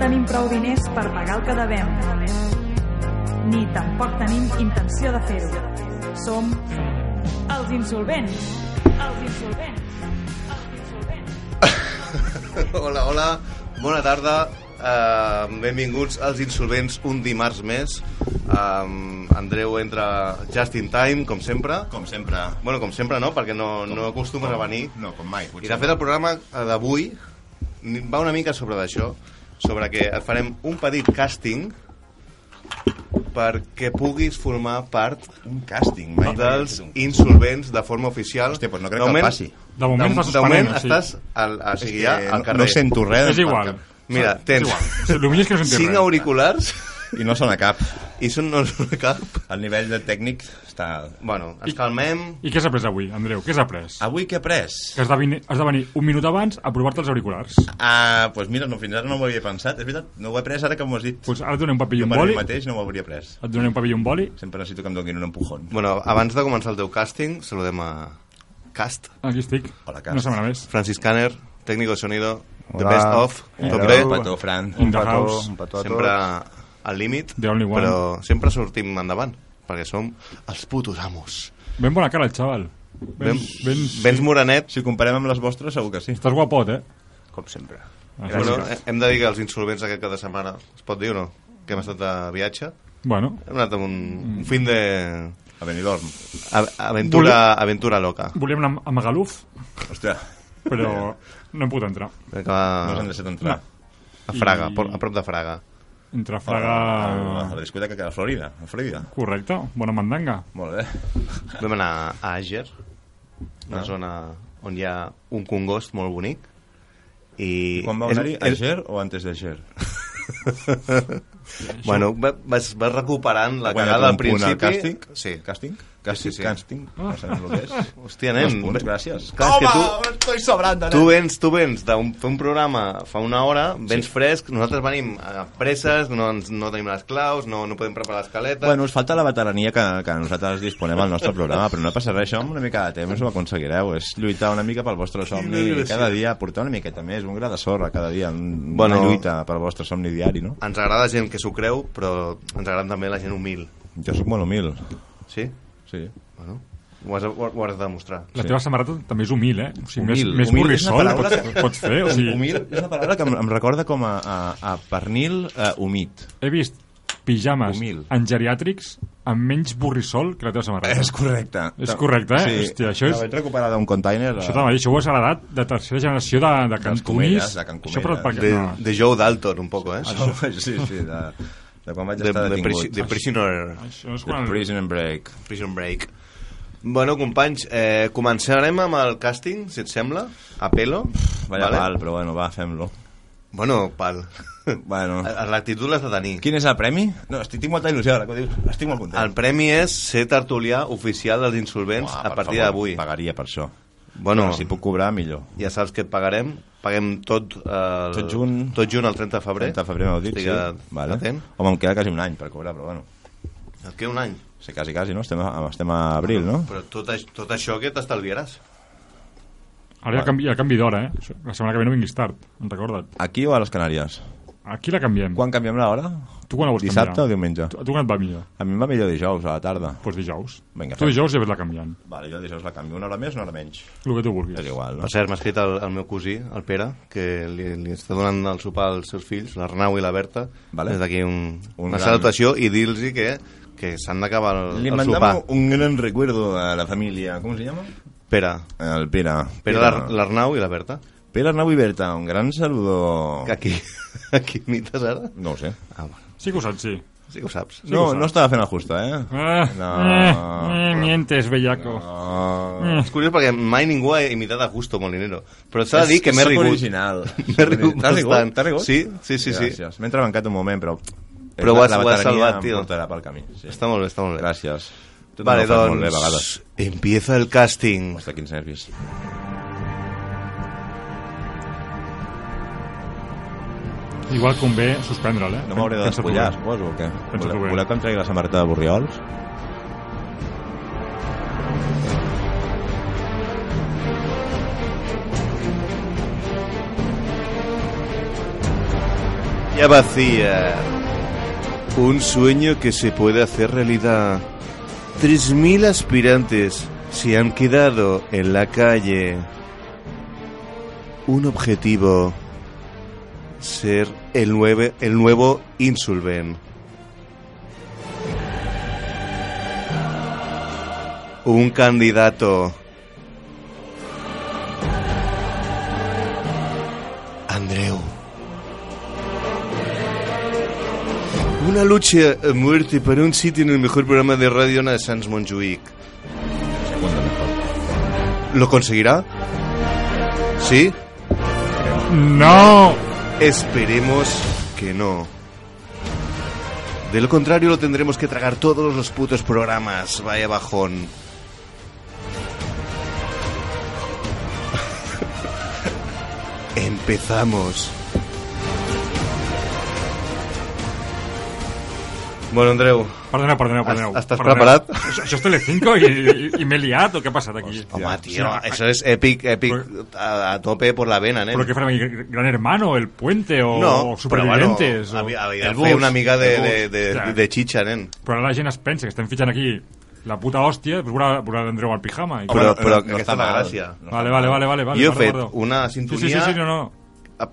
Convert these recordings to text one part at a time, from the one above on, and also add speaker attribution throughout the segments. Speaker 1: tenim prou diners per pagar el que devem. Ni tampoc tenim intenció de fer-ho. Som els insolvents. Els insolvents. Els insolvents.
Speaker 2: Hola, hola, bona tarda. Uh, benvinguts als Insolvents un dimarts més. Um, Andreu entra just in time, com sempre.
Speaker 3: Com sempre.
Speaker 2: Bueno, com sempre no, perquè no, no acostumes a venir.
Speaker 3: No, com mai.
Speaker 2: I de fet el programa eh, d'avui ni- va una mica sobre d'això, sobre que et farem un petit càsting perquè puguis formar part
Speaker 3: un càsting, mai.
Speaker 2: dels insolvents de forma oficial.
Speaker 3: Hòstia, doncs no
Speaker 2: De
Speaker 3: crec que
Speaker 2: moment-
Speaker 3: passi.
Speaker 4: De moment
Speaker 2: de,
Speaker 4: està
Speaker 2: de
Speaker 4: suspenent,
Speaker 2: moment
Speaker 4: o sigui.
Speaker 2: estàs al, o
Speaker 3: És
Speaker 2: sigui,
Speaker 3: que
Speaker 2: ja al
Speaker 3: no,
Speaker 2: carrer.
Speaker 3: no sento res.
Speaker 4: És igual.
Speaker 2: Mira, tens-
Speaker 4: És igual. O sigui, El millor és que no s'entén
Speaker 2: Cinc
Speaker 4: res.
Speaker 2: auriculars
Speaker 3: I no sona cap.
Speaker 2: i són no són cap.
Speaker 3: El nivell de tècnic està...
Speaker 2: Bueno, ens
Speaker 4: I-
Speaker 2: calmem.
Speaker 4: I què s'ha après avui, Andreu? Què s'ha après?
Speaker 3: Avui què he pres?
Speaker 4: Que has de, venir, has de venir un minut abans a provar-te els auriculars.
Speaker 3: Ah, doncs pues mira, no, fins ara no m'ho havia pensat. És veritat, no ho he pres ara que m'ho has dit.
Speaker 4: Pues ara et donaré un paper i
Speaker 3: Jo
Speaker 4: un
Speaker 3: per mi
Speaker 4: boli.
Speaker 3: mateix no ho hauria pres.
Speaker 4: Et donaré un paper i un boli.
Speaker 3: Sempre necessito que em donin un empujón.
Speaker 2: Bueno, abans de començar el teu càsting, saludem a Cast,
Speaker 4: Aquí estic.
Speaker 3: Hola, Cas.
Speaker 4: Una setmana més.
Speaker 2: Francis Canner, tècnico de sonido, the
Speaker 5: Hola.
Speaker 2: best of,
Speaker 5: Hello.
Speaker 2: top re,
Speaker 3: Un petó, Fran.
Speaker 4: In the
Speaker 5: petó,
Speaker 4: house.
Speaker 5: un petó a
Speaker 2: sempre
Speaker 5: tots.
Speaker 2: al límit,
Speaker 4: The only one.
Speaker 2: però sempre sortim endavant, perquè som els putos amos.
Speaker 4: Ben bona cara, el xaval. Ben,
Speaker 2: Vens,
Speaker 4: ben...
Speaker 2: vens morenet,
Speaker 3: Si ho comparem amb les vostres, segur que sí.
Speaker 4: Estàs guapot, eh?
Speaker 5: Com sempre.
Speaker 2: bueno, hem de dir que els insolvents aquest cada setmana, es pot dir o no? Que hem estat a viatge,
Speaker 4: Bueno,
Speaker 2: hem anat amb un, un fin de...
Speaker 3: A Benidorm.
Speaker 2: a- Aventura, aventura loca.
Speaker 4: volíem anar a Magaluf,
Speaker 3: Hòstia,
Speaker 4: però no hem pogut entrar.
Speaker 2: Que
Speaker 3: no ens
Speaker 2: va
Speaker 3: han deixat entrar.
Speaker 2: a Fraga,
Speaker 4: I-
Speaker 2: por- a prop de Fraga.
Speaker 4: Entre
Speaker 3: A,
Speaker 4: Fraga...
Speaker 3: la discoteca que era a Florida. A Florida.
Speaker 4: Correcte, bona mandanga.
Speaker 3: Molt bé.
Speaker 2: Vam anar a Àger, una zona on hi ha un congost molt bonic. I
Speaker 3: Quan vau
Speaker 2: és-
Speaker 3: anar-hi? A
Speaker 2: és-
Speaker 3: Ger o antes de Ger?
Speaker 2: Bueno, va- vas, vas recuperant la
Speaker 3: Guanyat
Speaker 2: cagada al
Speaker 3: un punt al
Speaker 2: principi.
Speaker 3: càsting?
Speaker 2: Sí.
Speaker 3: Càsting? Càsting?
Speaker 2: Sí, sí.
Speaker 3: Càsting? No sabem el que és.
Speaker 2: Hòstia,
Speaker 3: Dos
Speaker 2: nen.
Speaker 3: punts, gràcies.
Speaker 2: Clar, és que tu-
Speaker 3: estoy sobrando,
Speaker 2: Tu vens, tu vens d'un fer un programa fa una hora, vens fresc, nosaltres venim a presses, no, ens, no tenim les claus, no, no podem preparar l'escaleta...
Speaker 3: Bueno, us falta la veterania que, que nosaltres disponem al nostre programa, però no passa res, això amb una mica de temps ho aconseguireu. És lluitar una mica pel vostre somni
Speaker 2: Quina
Speaker 3: i
Speaker 2: gràcia.
Speaker 3: cada dia portar una miqueta més, un gra de sorra cada dia, un,
Speaker 2: Bueno.
Speaker 3: una lluita pel vostre somni diari, no?
Speaker 2: Ens agrada la gent que s'ho creu, però ens agrada també la gent humil.
Speaker 3: Jo sóc molt humil,
Speaker 2: Sí?
Speaker 3: sí.
Speaker 2: Bueno, ho has, ho, ho has de demostrar.
Speaker 4: La
Speaker 3: Sí.
Speaker 4: teva samarreta també és humil, eh? O sigui,
Speaker 2: Humil.
Speaker 4: més, més
Speaker 3: Humil és una
Speaker 4: burrissola
Speaker 3: paraula
Speaker 4: pots, pots fer. O sigui,
Speaker 3: Humil és una paraula que em, em recorda com a, a, a pernil eh, humit.
Speaker 4: he vist pijames
Speaker 3: Humil.
Speaker 4: en geriàtrics amb menys burrissol que la teva samarreta.
Speaker 3: És correcte.
Speaker 4: És correcte, eh? Hòstia, això
Speaker 3: la
Speaker 4: és-
Speaker 3: vaig recuperar d'un container. eh,
Speaker 4: Això t'anava a dir, això ho és a l'edat de tercera generació de, de Can
Speaker 3: Comellas,
Speaker 4: Comís.
Speaker 3: de Can
Speaker 4: Això per,
Speaker 3: Comellas.
Speaker 4: perquè,
Speaker 2: De,
Speaker 4: no,
Speaker 2: de Joe Dalton, un poc, eh?
Speaker 3: Això, sí, sí, de, de quan vaig
Speaker 2: de,
Speaker 3: estar
Speaker 2: de,
Speaker 3: detingut.
Speaker 2: prisi, de Prisoner
Speaker 4: això és
Speaker 3: The
Speaker 4: quan...
Speaker 3: Prison and Break.
Speaker 2: Prison Break Bueno, companys, eh, començarem amb el càsting, si et sembla, a pelo.
Speaker 3: Vaya vale. pal, però bueno, va, fem-lo.
Speaker 2: Bueno, pal.
Speaker 3: Bueno.
Speaker 2: A- L'actitud l'has de tenir.
Speaker 3: Quin és el premi? No, estic, tinc molta il·lusió ara, que ho dius. Estic molt content.
Speaker 2: El premi és ser tertulià oficial dels insolvents
Speaker 3: Uah,
Speaker 2: a
Speaker 3: per
Speaker 2: partir
Speaker 3: favor,
Speaker 2: d'avui.
Speaker 3: Pagaria per això.
Speaker 2: Bueno,
Speaker 3: No. Si puc cobrar, millor.
Speaker 2: ja saps que et pagarem. Paguem tot, eh, el,
Speaker 3: Tot junt.
Speaker 2: tot junt el 30 de febrer.
Speaker 3: 30 de febrer m'heu dit,
Speaker 2: Estic
Speaker 3: sí.
Speaker 2: a-
Speaker 3: Vale.
Speaker 2: atent.
Speaker 3: Home, em queda quasi un any per cobrar, però bueno.
Speaker 2: Et queda un any.
Speaker 3: Sí, quasi, quasi, no? Estem a, estem a abril, no?
Speaker 2: Però tot, aix- tot això que t'estalviaràs.
Speaker 4: Ara hi ha canvi, hi ha canvi d'hora, eh? Això- La setmana que ve no vinguis tard, en recorda't.
Speaker 3: Aquí o a les Canàries?
Speaker 4: Aquí la canviem.
Speaker 3: Quan canviem l'hora?
Speaker 4: Tu quan la vols
Speaker 3: Dissabte
Speaker 4: canviar?
Speaker 3: o diumenge?
Speaker 4: Tu, a tu quan et va millor?
Speaker 3: A mi em va millor dijous, a la tarda.
Speaker 4: Doncs dijous.
Speaker 3: Vinga,
Speaker 4: tu
Speaker 3: fem.
Speaker 4: dijous ja ves la canviant.
Speaker 3: Vale, jo dijous la canvio. Una hora més, una hora menys.
Speaker 4: El que tu vulguis.
Speaker 3: És igual, no?
Speaker 2: Per cert, m'ha escrit el, el meu cosí, el Pere, que li, li està donant el sopar als seus fills, l'Arnau i la Berta.
Speaker 3: Vale.
Speaker 2: Des d'aquí un,
Speaker 3: Un
Speaker 2: una
Speaker 3: gran-
Speaker 2: salutació i dir-los que, que s'han d'acabar el,
Speaker 3: Li
Speaker 2: el sopar.
Speaker 3: mandamos un gran recuerdo a la família. Com se llama?
Speaker 2: Pere,
Speaker 3: El Pere.
Speaker 2: Pere l'Ar- l'Arnau i la Berta.
Speaker 3: Pere Arnau i Berta, un gran saludo.
Speaker 2: Que aquí, aquí imites ara?
Speaker 3: No ho sé.
Speaker 2: Ah, bueno,
Speaker 4: Sí que ho saps, sí.
Speaker 2: sí que ho saps.
Speaker 4: ho
Speaker 3: No,
Speaker 4: saps.
Speaker 3: no estava fent el justo, eh?
Speaker 4: Ah, eh,
Speaker 3: No.
Speaker 4: eh, mientes, bellaco.
Speaker 3: No.
Speaker 2: És curiós perquè mai ningú ha imitat a Justo Molinero. Però s'ha de dir
Speaker 3: És-
Speaker 2: que m'he
Speaker 3: sóc
Speaker 2: rigut.
Speaker 3: original.
Speaker 2: M'he rigut
Speaker 3: T'has rigut?
Speaker 2: bastant.
Speaker 3: T'has rigut?
Speaker 2: Sí, sí, sí, sí.
Speaker 3: Gràcies. M'he entrebancat un moment, però...
Speaker 2: Però ho has- ho has salvat, tio.
Speaker 3: tio. portarà pel camí. Sí.
Speaker 2: Està molt bé, està molt bé.
Speaker 3: Gràcies. Tu
Speaker 2: Vale,
Speaker 3: també ho fas molt bé, a vegades.
Speaker 2: doncs, empieza el càsting.
Speaker 3: Hòstia, quins nervis.
Speaker 4: Igual convé suspendre'l, eh?
Speaker 3: No m'hauré de
Speaker 4: Pensa tu,
Speaker 3: despullar,
Speaker 4: eh?
Speaker 3: suposo, o què?
Speaker 4: Pensa tu
Speaker 3: Voleu,
Speaker 4: bé.
Speaker 3: voleu que em tregui la samarreta de Borriols? I
Speaker 2: Silla vacía. Un sueño que se puede hacer realidad. 3.000 aspirantes se han quedado en la calle. Un objetivo. Ser el, nueve, el nuevo insolvent. Un candidato. Andreu. Una lucha a muerte para un sitio en el mejor programa de radio de Sans Montjuic. ¿Lo conseguirá? ¿Sí?
Speaker 4: No!
Speaker 2: Esperemos que no. De lo contrario lo tendremos que tragar todos los putos programas. Vaya bajón. Empezamos. Bueno, Andreu,
Speaker 4: Perdoneu, perdoneu, perdoneu.
Speaker 2: Estàs
Speaker 4: perdoneu.
Speaker 2: preparat?
Speaker 4: Això, això és Telecinco i, i, i m'he liat o què ha passat aquí?
Speaker 2: Home, tío,
Speaker 4: O sigui,
Speaker 2: eso es epic, epic a, a tope por la vena, ¿eh?
Speaker 4: eh, Però què farem aquí? Gran Hermano, El Puente o, o Supervivientes?
Speaker 2: Però, bueno,
Speaker 4: o...
Speaker 2: havia, havia
Speaker 5: El
Speaker 2: de fer
Speaker 5: bus,
Speaker 2: una mica de,
Speaker 5: el
Speaker 2: de,
Speaker 5: bus.
Speaker 2: de,
Speaker 4: Clar.
Speaker 2: de xitxa, nen.
Speaker 4: però ara la gent es pensa que estem fitxant aquí la puta hòstia, doncs veurà, veurà l'Andreu al pijama. I...
Speaker 2: Però-
Speaker 3: Home,
Speaker 2: però
Speaker 3: no
Speaker 2: aquesta
Speaker 3: està
Speaker 2: és la
Speaker 3: mal.
Speaker 2: gràcia.
Speaker 3: No
Speaker 4: vale,
Speaker 3: està mal.
Speaker 4: vale, vale, vale, vale.
Speaker 2: jo he
Speaker 4: perdó,
Speaker 2: fet
Speaker 4: perdó.
Speaker 2: una
Speaker 4: Sí, sí,
Speaker 2: sintonia
Speaker 4: sí, sí, no, no.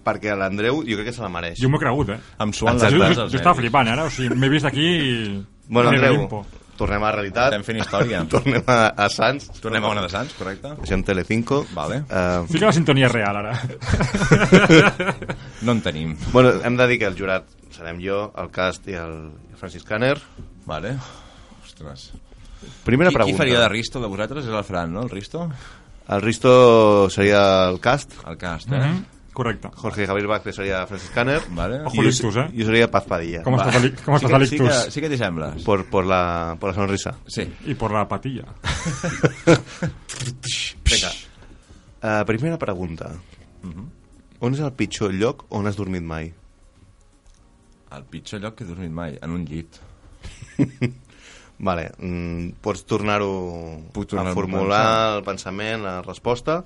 Speaker 2: perquè l'Andreu jo crec que se la mereix.
Speaker 4: Jo m'ho he cregut, eh?
Speaker 3: Em suen
Speaker 4: Jo,
Speaker 3: les
Speaker 4: jo,
Speaker 3: bases.
Speaker 4: jo,
Speaker 3: eh?
Speaker 4: estava flipant, ara. O sigui, m'he vist aquí... i-
Speaker 2: Bueno,
Speaker 4: en el
Speaker 2: Andreu,
Speaker 4: Olimpo.
Speaker 2: tornem a la realitat.
Speaker 3: Estem fent història.
Speaker 2: Tornem a, a Sants.
Speaker 3: Tornem a una de Sants, correcte?
Speaker 2: Deixem Telecinco.
Speaker 3: Vale.
Speaker 2: Eh,
Speaker 4: Fica la sintonia real, ara.
Speaker 3: No en tenim.
Speaker 2: bueno, hem de dir que el jurat serem jo, el cast i el Francis Caner.
Speaker 3: Vale. Ostres.
Speaker 2: Primera
Speaker 3: Qui, qui
Speaker 2: pregunta.
Speaker 3: faria de Risto de vosaltres? Era el Fran, no? El Risto?
Speaker 2: El Risto seria el cast,
Speaker 3: El cast, eh?
Speaker 4: Mhm, Correcte.
Speaker 2: Jorge Javier Vázquez seria Francis Caner.
Speaker 3: Vale.
Speaker 4: Ojo,
Speaker 2: I jo-
Speaker 4: Lictus, eh?
Speaker 2: Jo seria Paz Padilla.
Speaker 4: Com estàs, Ali- com estàs,
Speaker 3: sí, que,
Speaker 4: Alictus?
Speaker 3: sí, que, sí que t'hi sembles.
Speaker 2: Por, por, la, por la sonrisa.
Speaker 3: Sí.
Speaker 4: I por la patilla.
Speaker 2: Vinga. Uh, primera pregunta.
Speaker 3: Mhm.
Speaker 2: On és el pitjor lloc on has dormit mai?
Speaker 3: El pitjor lloc que he dormit mai, en un llit.
Speaker 2: Vale, mm, pots tornar-ho
Speaker 3: Puc
Speaker 2: a
Speaker 3: tornar-ho
Speaker 2: formular, el pensament, la resposta.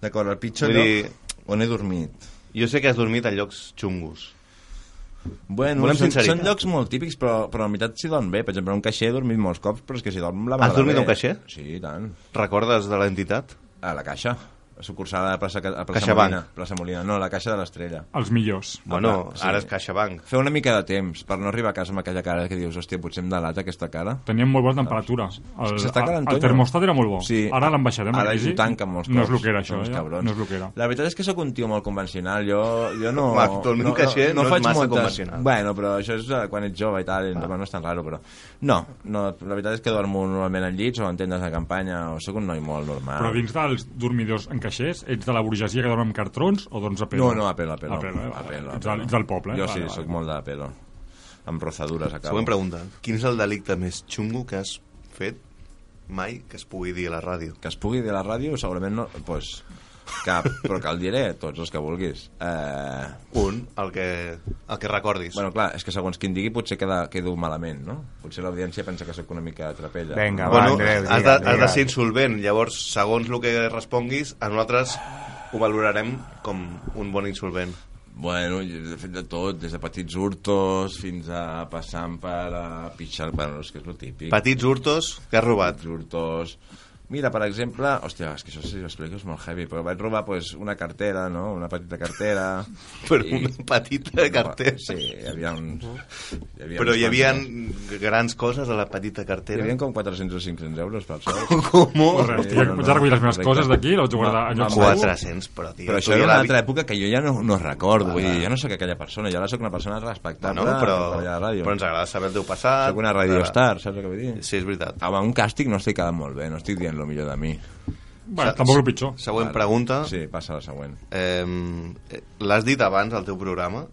Speaker 3: D'acord, el pitjor
Speaker 2: Vull dir-
Speaker 3: lloc on he dormit.
Speaker 2: Jo sé que has dormit a llocs xungos.
Speaker 3: Bueno,
Speaker 2: Volem
Speaker 3: són,
Speaker 2: sinceritat.
Speaker 3: són llocs molt típics, però, però en veritat s'hi dorm bé. Per exemple, en un caixer he dormit molts cops, però és que s'hi dorm la
Speaker 2: Has
Speaker 3: mare de
Speaker 2: dormit
Speaker 3: bé.
Speaker 2: a un caixer?
Speaker 3: Sí, i tant.
Speaker 2: Recordes de l'entitat?
Speaker 3: A la caixa. A sucursal a plaça, a plaça
Speaker 2: CaixaBank.
Speaker 3: Molina. Plaça Molina, no, la caixa de l'Estrella.
Speaker 4: Els millors.
Speaker 2: Bueno,
Speaker 3: clar, sí.
Speaker 2: ara és CaixaBank.
Speaker 3: Feu una mica de temps per no arribar a casa amb aquella cara que dius, hòstia, potser em delat aquesta cara.
Speaker 4: Teníem molt bona temperatura. El,
Speaker 3: Ah, S'està calant,
Speaker 4: el
Speaker 3: Toño.
Speaker 4: termostat era molt bo.
Speaker 3: Sí.
Speaker 4: Ara l'han baixat, eh? amb la
Speaker 3: Ara ells
Speaker 4: crisi.
Speaker 3: ho tanquen molts
Speaker 4: No
Speaker 3: cops.
Speaker 4: és lo que era, això,
Speaker 3: Uns
Speaker 4: eh?
Speaker 3: cabrons.
Speaker 4: No és lo que era.
Speaker 3: La veritat és que sóc un tio molt convencional. Jo, jo no...
Speaker 2: Home, dormir un caixer no és
Speaker 3: faig
Speaker 2: massa convencional.
Speaker 3: Bueno, però això és eh, quan ets jove i tal, i ah. no és tan raro, però... No, no, la veritat és que dormo normalment en llits o en tendes de campanya, o sóc un noi molt normal.
Speaker 4: Però dins dels dormidors en caixers, ets de la burgesia que dorm amb cartrons o doncs a pelo?
Speaker 3: No, no, a pelo, a pelo.
Speaker 4: A pelo, eh?
Speaker 3: A pelo, a
Speaker 4: Ets, del,
Speaker 3: pelo.
Speaker 4: ets del poble, eh?
Speaker 3: Jo
Speaker 4: Vale,
Speaker 3: sí,
Speaker 4: vale.
Speaker 3: sóc molt de pelo. Amb rozadures, acabo.
Speaker 2: Següent pregunta. Quin és el delicte més xungo que has fet mai que es pugui dir a la ràdio?
Speaker 3: que es pugui dir a la ràdio, segurament no... Pues, cap, però que el diré, tots els que vulguis. Eh,
Speaker 2: Un, el que, el que recordis.
Speaker 3: bueno, clar, és que segons quin digui potser queda, quedo malament, no? Potser l'audiència pensa que sóc una mica trapella.
Speaker 5: Vinga,
Speaker 2: bueno,
Speaker 5: va, Andreu,
Speaker 2: has, de,
Speaker 5: digue'm,
Speaker 2: has de
Speaker 5: digue'm.
Speaker 2: ser insolvent. Llavors, segons el que responguis, a nosaltres ho valorarem com un bon insolvent.
Speaker 3: Bueno, jo he fet de tot, des de petits hurtos fins a passant per a pitxar... Bueno, és que és el típic.
Speaker 2: Petits hurtos que has robat.
Speaker 3: Petits hurtos... Mira, per exemple, hòstia, és que això si ho explico és molt heavy, però vaig robar pues, una cartera, no? Una petita cartera...
Speaker 2: Però
Speaker 3: i-
Speaker 2: una petita cartera.
Speaker 3: Sí, hi havia uns... Hi havia
Speaker 2: Però
Speaker 3: uns
Speaker 2: hi havia
Speaker 3: quants-
Speaker 2: grans coses a la petita
Speaker 3: Hi
Speaker 2: cartera.
Speaker 3: havia com 400 o 500 euros pel sol.
Speaker 2: Com?
Speaker 4: Correcte, ja, ja recollir les meves
Speaker 3: Correcte.
Speaker 4: coses d'aquí i les vaig guardar
Speaker 3: Va,
Speaker 4: allò.
Speaker 3: va,
Speaker 4: segur.
Speaker 2: 400, però, tio. tu
Speaker 3: Però això era
Speaker 2: ja
Speaker 3: una
Speaker 2: la vi-
Speaker 3: altra època que jo ja no, no recordo. Vull dir, jo no sóc aquella persona, jo ara sóc una persona respectable.
Speaker 2: Bueno, però,
Speaker 3: que treballa a la ràdio.
Speaker 2: però ens agrada saber el teu passat.
Speaker 3: Sóc una radiostar, saps el que vull dir?
Speaker 2: Sí, és veritat.
Speaker 3: Home, un càstig no estic quedant molt bé, no estic dient el millor de mi.
Speaker 4: Bueno, tampoc el pitjor.
Speaker 2: Següent
Speaker 3: Vale.
Speaker 2: pregunta.
Speaker 3: Sí, passa a la següent.
Speaker 2: Em, Eh, L'has dit abans al teu programa,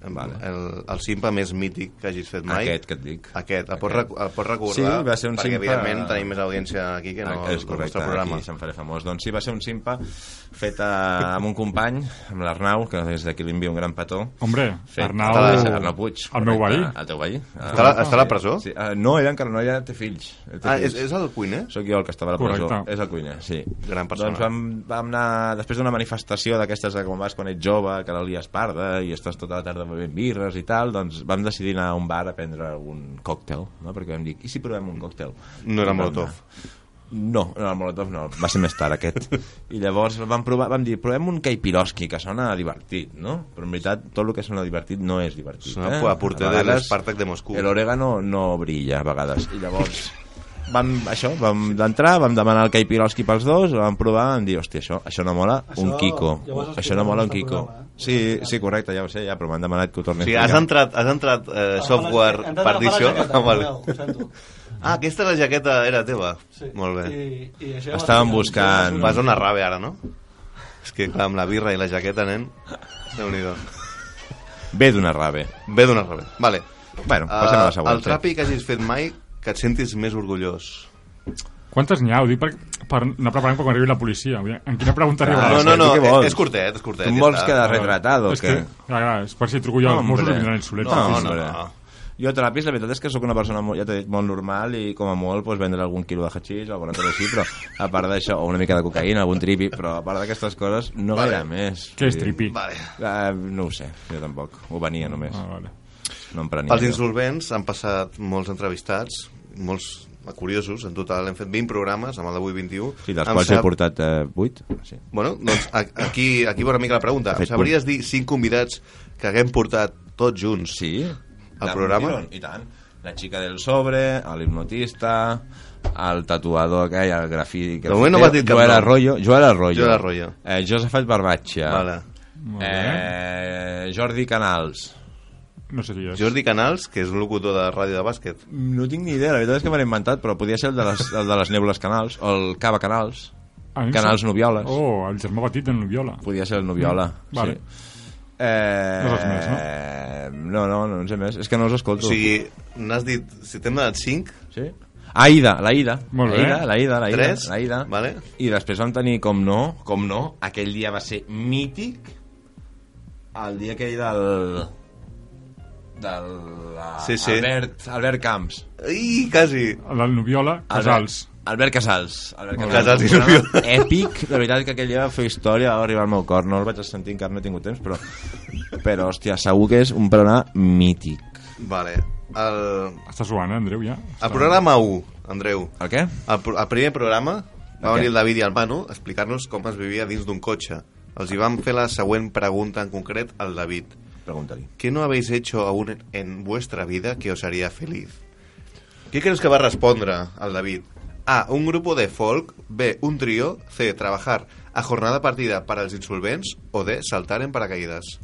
Speaker 2: em-
Speaker 3: Vale.
Speaker 2: el, el simpa més mític que hagis fet mai.
Speaker 3: Aquest que et dic.
Speaker 2: Aquest, el pots,
Speaker 3: Aquest.
Speaker 2: recu- el pots recordar?
Speaker 3: Sí, va ser un
Speaker 2: perquè,
Speaker 3: simpa-
Speaker 2: evidentment, tenim més audiència aquí que no
Speaker 3: Ah,
Speaker 2: al
Speaker 3: és correcte,
Speaker 2: nostre programa.
Speaker 3: aquí se'n faré famós. Doncs sí, va ser un simpa fet a, amb un company, amb l'Arnau, que des d'aquí li envio un gran petó.
Speaker 4: Hombre,
Speaker 3: Fet.
Speaker 4: Arnau...
Speaker 2: Està-
Speaker 3: Arnau Puig.
Speaker 4: El meu veí.
Speaker 3: correcte, El teu veí.
Speaker 2: Està, a la- està a la presó?
Speaker 3: Sí, ah, no, ell encara no, ja té fills. Té
Speaker 2: Ah,
Speaker 3: fills.
Speaker 2: és, és el cuiner?
Speaker 3: Sóc jo el que estava a la presó.
Speaker 4: Correcte.
Speaker 3: És el cuiner, sí.
Speaker 2: Gran persona.
Speaker 3: Doncs vam, vam anar, després d'una manifestació d'aquestes de com vas quan ets jove, que la lies parda i estàs tota la tarda bevent birres i tal, doncs vam decidir anar a un bar a prendre algun còctel, no? perquè vam dir, i si provem un còctel?
Speaker 2: No era
Speaker 3: I vam
Speaker 2: Molotov.
Speaker 3: anar- No, no, el Molotov no, va ser més tard aquest. I llavors vam, provar, vam dir, provem un caipiroski, que sona divertit, no? Però en veritat, tot el que sona divertit no és divertit.
Speaker 2: Sona
Speaker 3: eh?
Speaker 2: a porter
Speaker 3: A
Speaker 2: de
Speaker 3: vegades-
Speaker 2: l'Espartac de Moscou.
Speaker 3: el orégano no brilla a vegades. I llavors vam, això, vam d'entrar, vam demanar el caipiroski pels dos, el vam provar, vam dir, hòstia, això, això no mola
Speaker 5: Això
Speaker 3: un Kiko.
Speaker 5: ja ho has explicat
Speaker 3: Això no mola un
Speaker 5: en el
Speaker 3: Kiko.
Speaker 5: programa, eh?
Speaker 3: Sí, sí, correcte, ja ho sé, ja, però m'han demanat que ho
Speaker 2: O
Speaker 3: torni
Speaker 2: sigui,
Speaker 3: a
Speaker 2: has
Speaker 3: explicar.
Speaker 2: entrat, has entrat eh, software
Speaker 5: Hem de
Speaker 2: per dir
Speaker 5: agafar la
Speaker 2: això?
Speaker 5: jaqueta,
Speaker 2: Vale.
Speaker 5: Manel, ho sento.
Speaker 2: Ah, aquesta la jaqueta era teva.
Speaker 5: Sí.
Speaker 2: Molt bé.
Speaker 5: I, i això ja ho
Speaker 3: Estàvem
Speaker 5: has explicat.
Speaker 3: buscant-
Speaker 2: Vas a una rave ara, no? És que clar, amb la birra i la jaqueta, nen, déu nhi
Speaker 3: Ve d'una rave.
Speaker 2: Ve d'una rave. Vale.
Speaker 3: Bueno, passem a la
Speaker 2: Eh,
Speaker 3: següent.
Speaker 2: El trapi que hagis fet mai que et sentis més orgullós.
Speaker 4: Quantes n'hi ha? Ho dic per, per anar preparant quan arribi la policia. Vull dir, En quina pregunta
Speaker 3: Clar,
Speaker 4: arribarà?
Speaker 2: no,
Speaker 3: Ah, és
Speaker 2: no,
Speaker 3: que tu
Speaker 2: no,
Speaker 3: què vols?
Speaker 2: és curtet, és curtet.
Speaker 3: Tu em
Speaker 2: ja
Speaker 3: vols
Speaker 2: està.
Speaker 3: quedar retratat o
Speaker 4: és
Speaker 3: què?
Speaker 4: que, clar, clar, és per si truco jo, els Mossos em diran el solet.
Speaker 3: No,
Speaker 2: Sí,
Speaker 3: no,
Speaker 2: sí.
Speaker 3: no. Jo trapis, la veritat és que sóc una persona, molt, ja t'he dit, molt normal i com a molt pues, vendre algun quilo de hachís o alguna cosa així, però a part d'això, o una mica de cocaïna, algun tripi, però a part d'aquestes coses, no
Speaker 2: Vale.
Speaker 3: gaire més.
Speaker 4: Què és
Speaker 3: Vull dir,
Speaker 4: tripi?
Speaker 2: Vale.
Speaker 3: Eh, no ho sé, jo tampoc. Ho venia només.
Speaker 4: Ah, vale.
Speaker 3: No em prenia.
Speaker 2: Pels
Speaker 3: jo.
Speaker 2: insolvents han passat molts entrevistats, molts curiosos, en total hem fet 20 programes, amb el d'avui 21.
Speaker 3: Sí, dels
Speaker 2: Em
Speaker 3: quals he
Speaker 2: sap-
Speaker 3: portat eh, 8. Sí.
Speaker 2: Bueno, doncs a- aquí, aquí va una mica la pregunta.
Speaker 3: fet,
Speaker 2: Sabries dir cinc convidats que haguem portat tots junts?
Speaker 3: sí.
Speaker 2: Al programa?
Speaker 3: tirón, I tant. La xica del sobre, el hipnotista, el tatuador aquell, el grafí...
Speaker 2: De moment no m'has dit cap
Speaker 3: Joel
Speaker 2: nom.
Speaker 3: Arroyo. Joel Arroyo.
Speaker 2: Joel Arroyo.
Speaker 3: Eh, Josefat Barbatxa.
Speaker 2: Vale.
Speaker 4: Molt bé.
Speaker 3: Eh, Jordi Canals.
Speaker 4: No sé qui és.
Speaker 2: Jordi Canals, que és un locutor de ràdio de bàsquet.
Speaker 3: No tinc ni idea, la veritat és que me l'he inventat, però podia ser el de les, el de les Nebules Canals, o el Cava Canals,
Speaker 4: A mi em
Speaker 3: Canals
Speaker 4: sap-
Speaker 3: Nubioles.
Speaker 4: Oh, el germà petit d'en Nubiola.
Speaker 3: Podia ser el Nubiola.
Speaker 4: Mm, vale.
Speaker 3: Sí. Eh,
Speaker 4: No saps més, no?
Speaker 3: no? No, no, no en sé més. És que no els
Speaker 2: O
Speaker 3: escolto.
Speaker 2: sigui, n'has dit, si t'hem donat 5,
Speaker 3: Sí. Ah, Ida, la Ida.
Speaker 4: Molt
Speaker 3: la
Speaker 4: bé.
Speaker 3: Ida, la Ida, la Ida.
Speaker 2: Tres,
Speaker 3: La Ida.
Speaker 2: vale.
Speaker 3: I després vam tenir, com no, com no, aquell dia va ser mític, el dia aquell del... del... eh,
Speaker 2: Sí, sí.
Speaker 3: Albert, Albert Camps.
Speaker 2: i quasi.
Speaker 4: El Nubiola, Casals.
Speaker 3: Albert Casals. Albert
Speaker 2: Molt bé. Casals i Nubiola.
Speaker 3: Èpic, la veritat que aquell dia va fer història, va arribar al meu cor, no el vaig sentir encara, no he tingut temps, però... Però, hòstia, segur que és un programa mític.
Speaker 2: Vale. El,
Speaker 4: Està suant, eh, Andreu, ja?
Speaker 2: el programa 1, Andreu,
Speaker 3: El què?
Speaker 2: el, pro- el primer programa va
Speaker 3: Ok.
Speaker 2: venir el David i el Manu a explicar-nos com es vivia dins d'un cotxe. Els hi vam fer la següent pregunta en concret al David.
Speaker 3: Pregunta-li.
Speaker 2: ¿Qué no habéis hecho aún en vuestra vida que os haría feliz? ¿Qué crees que va a responder al David? A. Un grupo de folk. B. Un trío. C. Trabajar a jornada partida para los insolvents. O D. Saltar en paracaídas.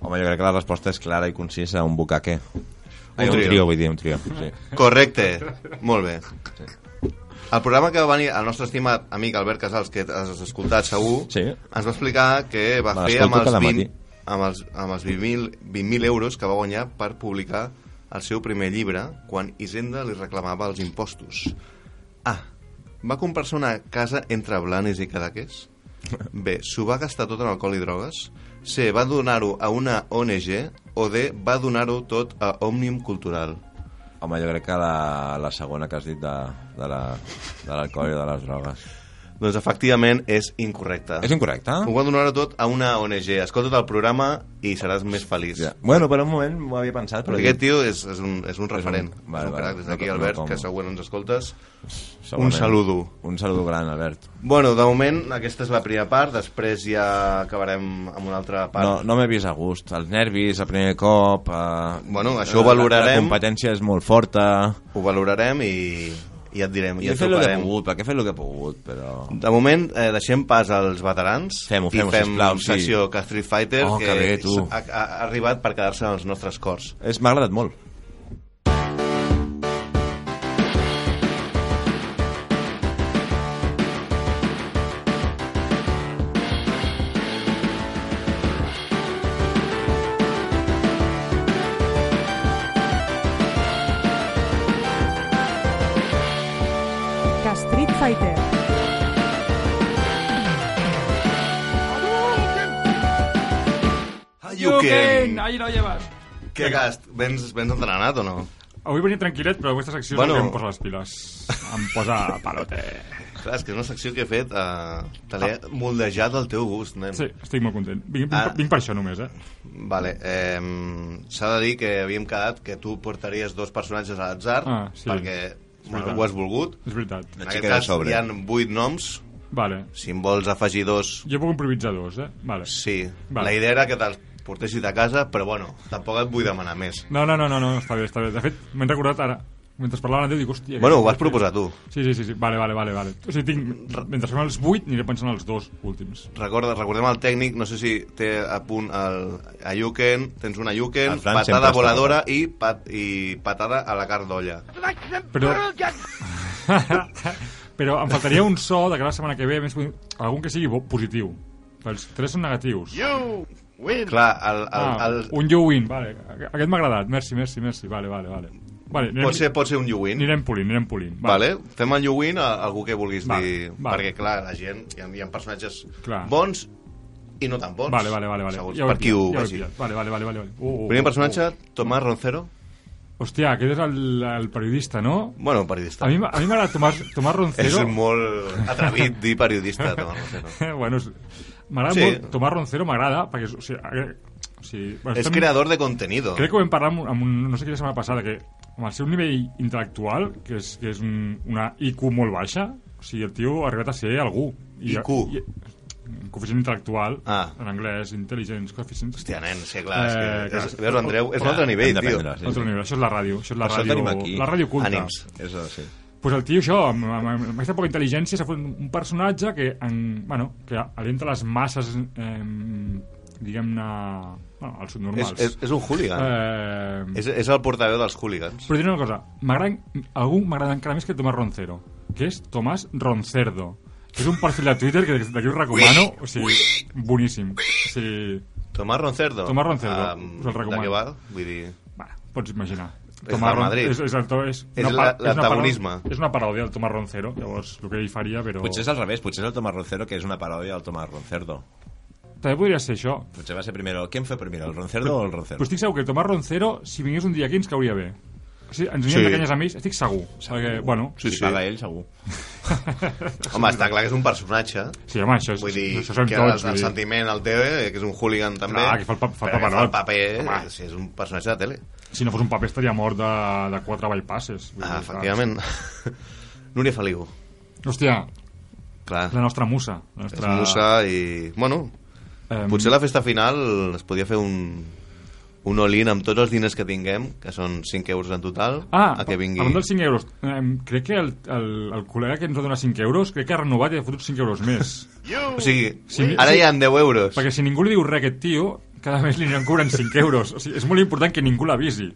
Speaker 3: Home, jo crec que la resposta és clara i concisa, un bucaque. Ai, un
Speaker 2: trio.
Speaker 3: trio, vull dir, un trio. Sí.
Speaker 2: Correcte. Molt bé. El programa que va venir el nostre estimat amic Albert Casals, que has escoltat segur,
Speaker 3: Sí.
Speaker 2: ens va explicar que va
Speaker 3: Me
Speaker 2: fer
Speaker 3: l'escolto
Speaker 2: amb els
Speaker 3: cada
Speaker 2: 20
Speaker 3: matí.
Speaker 2: amb els, amb els 20.000 20.000 euros que va guanyar per publicar el seu primer llibre quan Hisenda li reclamava els impostos. A. Va comprar-se una casa entre Blanes i Cadaqués. B. S'ho va gastar tot en alcohol i drogues. C. Va donar-ho a una ONG. O D. Va donar-ho tot a Òmnium Cultural.
Speaker 3: Home, jo crec que la, la segona que has dit de, de la- de l'alcohol la, i de les drogues.
Speaker 2: Doncs efectivament és incorrecte.
Speaker 3: És incorrecte?
Speaker 2: Ho va donar tot a una ONG. Escolta't el programa i seràs més feliç.
Speaker 3: Ja. Bueno, per un moment m'ho havia pensat, però...
Speaker 2: Perquè aquest tio és, és, un, és un referent. És un,
Speaker 3: vale, vale.
Speaker 2: crac. Des d'aquí,
Speaker 3: No, no
Speaker 2: Albert,
Speaker 3: com.
Speaker 2: que següent ens escoltes.
Speaker 3: segurament.
Speaker 2: un saludo.
Speaker 3: Un saludo gran, Albert.
Speaker 2: Bueno, de moment, aquesta és la primera part. Després ja acabarem amb una altra
Speaker 3: No,
Speaker 2: part.
Speaker 3: no m'he vist a gust. Els nervis, el primer cop... Eh,
Speaker 2: Bueno, això ho
Speaker 3: la- La,
Speaker 2: valorarem.
Speaker 3: competència és molt forta.
Speaker 2: Ho valorarem i, i ja et direm.
Speaker 3: I
Speaker 2: Ja
Speaker 3: he
Speaker 2: et
Speaker 3: fet el que he
Speaker 2: trucarem.
Speaker 3: pogut, perquè he fet el que he pogut, però...
Speaker 2: De moment, eh, deixem pas als veterans
Speaker 3: Fem-ho, fem-ho,
Speaker 2: i fem
Speaker 3: sisplau, sí.
Speaker 2: sessió que Street Fighter
Speaker 3: Oh, que bé, tu.
Speaker 2: ha, ha arribat per quedar-se als nostres cors.
Speaker 3: És- M'ha agradat molt.
Speaker 1: Que Street Fighter.
Speaker 2: Hayuken!
Speaker 4: Ahí lo llevas.
Speaker 2: Què gast? Vens, vens entrenat o no?
Speaker 4: Avui venia tranquil·let, però aquesta secció
Speaker 2: Bueno.
Speaker 4: bueno. em posa les piles. Em posa palote.
Speaker 2: Clar, és que és una secció que he fet, eh, te l'he
Speaker 3: Ah.
Speaker 2: moldejat al teu gust, nen.
Speaker 4: Sí, estic molt content. Vinc, vinc,
Speaker 2: Ah.
Speaker 4: vinc per això només, eh?
Speaker 2: Vale, eh, s'ha de dir que havíem quedat que tu portaries dos personatges a l'atzar
Speaker 4: Ah, sí.
Speaker 2: perquè bueno,
Speaker 4: veritat.
Speaker 2: ho has volgut.
Speaker 4: És veritat.
Speaker 2: En
Speaker 3: La
Speaker 2: aquest
Speaker 3: xica de
Speaker 2: cas
Speaker 3: sobre.
Speaker 2: hi han vuit noms,
Speaker 4: Vale.
Speaker 2: si en vols afegir dos,
Speaker 4: Jo puc improvisar dos, eh? Vale.
Speaker 2: sí.
Speaker 4: Vale.
Speaker 2: La idea era que te'ls portessis a casa, però bueno, tampoc et vull demanar més.
Speaker 4: No, no, no, no, no està bé, està bé. De fet, m'he recordat ara. Mentre parlaven de Déu, dic, hòstia...
Speaker 2: Bueno, ho
Speaker 4: aquest-
Speaker 2: vas proposar tu.
Speaker 4: Sí, sí, sí, sí. Vale, vale, vale, vale. O sigui, tinc... Mentre fem els vuit, aniré pensant els dos últims.
Speaker 2: Recorda, recordem el tècnic, no sé si té a punt el Ayuken, tens un Ayuken,
Speaker 3: El Fran sempre
Speaker 2: patada
Speaker 3: està
Speaker 2: voladora i, pat, i patada a la carn d'olla.
Speaker 4: Però... Però em faltaria un so de que la setmana que ve, més algun que sigui bo, positiu. Els tres són negatius.
Speaker 2: Clar, el, el,
Speaker 4: ah,
Speaker 2: el,
Speaker 4: un you win, vale. Aqu- Aquest m'ha agradat. Merci, merci, merci. Vale, vale, vale. Vale, anirem,
Speaker 2: pot, ser, pot ser un Yuin.
Speaker 4: anirem polint, anirem polint.
Speaker 2: Vale. Fem el Yuin a algú que vulguis
Speaker 4: Vale,
Speaker 2: dir...
Speaker 4: vale.
Speaker 2: Perquè, clar, la gent... Hi ha, hi ha personatges
Speaker 4: Clar.
Speaker 2: bons i no tan bons.
Speaker 4: Vale, vale, vale. vale.
Speaker 2: Segons
Speaker 4: ho he
Speaker 2: per qui ho
Speaker 4: pillat, ja he
Speaker 2: vegi.
Speaker 4: pillat. Vale, vale, vale. vale. Uh, uh,
Speaker 2: Primer
Speaker 4: uh,
Speaker 2: personatge, Tomàs Roncero.
Speaker 4: Uh. Hòstia, aquest és el, el periodista, no?
Speaker 2: Bueno,
Speaker 4: A
Speaker 2: periodista.
Speaker 4: mi, m- a mi m'agrada Tomàs,
Speaker 2: És
Speaker 4: Tomàs Roncero.
Speaker 2: molt atrevit dir periodista, Tomàs Roncero.
Speaker 4: bueno, és- m'agrada
Speaker 2: Sí.
Speaker 4: molt. Tomàs Roncero m'agrada, perquè... és- O sigui, agra- o sigui, bueno,
Speaker 2: És
Speaker 4: estem-
Speaker 2: creador de contenido.
Speaker 4: Crec que ho vam parlar amb, un- amb un, no sé quina setmana passada, que amb el seu nivell intel·lectual, que és, que és un, una IQ molt baixa, o sigui, el tio ha arribat a ser algú.
Speaker 2: IQ.
Speaker 4: I, coeficient intel·lectual,
Speaker 2: Ah.
Speaker 4: en anglès, intel·ligents, coeficients...
Speaker 2: Hòstia, nen, sí, clar, és que...
Speaker 4: Eh, clar.
Speaker 2: és, veus, l'Andreu, és un altre
Speaker 3: Hem
Speaker 2: nivell,
Speaker 3: de
Speaker 2: tio.
Speaker 3: prendre, sí,
Speaker 4: Otro
Speaker 3: sí.
Speaker 4: nivell, això és la ràdio, això és la
Speaker 3: Per això el tenim
Speaker 4: ràdio,
Speaker 3: aquí.
Speaker 4: la ràdio culta.
Speaker 2: Ànims.
Speaker 3: És, eh, sí.
Speaker 4: pues el tio això, amb, amb, amb aquesta poca intel·ligència s'ha fet un un personatge que, en, bueno, que alienta les masses eh, diguem-ne bueno, al
Speaker 2: És,
Speaker 4: subnormals
Speaker 2: és, és un hooligan.
Speaker 4: eh,
Speaker 2: És, és el portaveu dels hooligans.
Speaker 4: Però diré una cosa, m'agrada- algú m'agrada encara més que Tomàs Roncero, que és Tomàs Roncerdo, que és un perfil de Twitter que d'aquí us recomano, o sigui, boníssim. O sigui,
Speaker 2: Tomàs Roncerdo.
Speaker 4: Tomàs Roncerdo,
Speaker 2: Ah,
Speaker 4: us el recomano.
Speaker 2: De què va? Vull dir...
Speaker 4: bueno, pots imaginar.
Speaker 2: És del
Speaker 4: Ron-
Speaker 2: Madrid.
Speaker 4: És, és, el, to- és,
Speaker 2: És
Speaker 4: una par-
Speaker 2: la-
Speaker 4: és una
Speaker 2: l'antagonisme.
Speaker 4: parò- És una paròdia del Tomàs Roncero, llavors el que ell faria, però...
Speaker 3: Potser és al revés, potser és el Tomás Roncero, que és una paròdia del Tomás Roncerdo.
Speaker 4: També podria ser això.
Speaker 3: Potser va ser primero... ¿Quién fue primero, el Roncerdo o el Roncero?
Speaker 4: Però estic segur que el Tomàs Roncero, si vingués un dia aquí, ens cauria bé. O sigui, ens aniríem
Speaker 2: Sí.
Speaker 4: de canyes amics, estic segur. segur. Perquè, bueno,
Speaker 3: si
Speaker 2: sí.
Speaker 3: paga ell, segur.
Speaker 2: Home, està clar que és un personatge.
Speaker 4: sí, home, això, és,
Speaker 2: Vull dir,
Speaker 4: això sabem
Speaker 2: que
Speaker 4: tots.
Speaker 2: el,
Speaker 4: vull
Speaker 2: el
Speaker 4: dir.
Speaker 2: sentiment el té, eh, que és un hooligan també.
Speaker 4: Clar, que fa el pa- fa el
Speaker 2: però que el
Speaker 4: paperot. Home.
Speaker 2: paper, sí, és un personatge de tele.
Speaker 4: Si no fos un paper estaria mort de, de quatre bypasses. Vull
Speaker 2: Ah,
Speaker 4: dir,
Speaker 2: efectivament. Núria Feliu,
Speaker 4: clar. Hòstia,
Speaker 2: clar.
Speaker 4: la nostra musa. La
Speaker 2: És
Speaker 4: nostra,
Speaker 2: musa i... Bueno,
Speaker 4: Eh,
Speaker 2: potser la festa final es podia fer un un all-in amb tots els diners que tinguem, que són 5 euros en total,
Speaker 4: Ah,
Speaker 2: a que vingui...
Speaker 4: parlant dels 5 euros, eh, crec que el, el, el col·lega que ens va donar 5 euros, crec que ha renovat i ha fotut 5 euros més.
Speaker 2: O sigui,
Speaker 4: Sí,
Speaker 2: ara
Speaker 4: sí.
Speaker 2: hi ha 10 euros.
Speaker 4: Perquè si ningú li diu res a aquest tio, cada mes li aniran cobrant 5 euros. O sigui, és molt important que ningú l'avisi.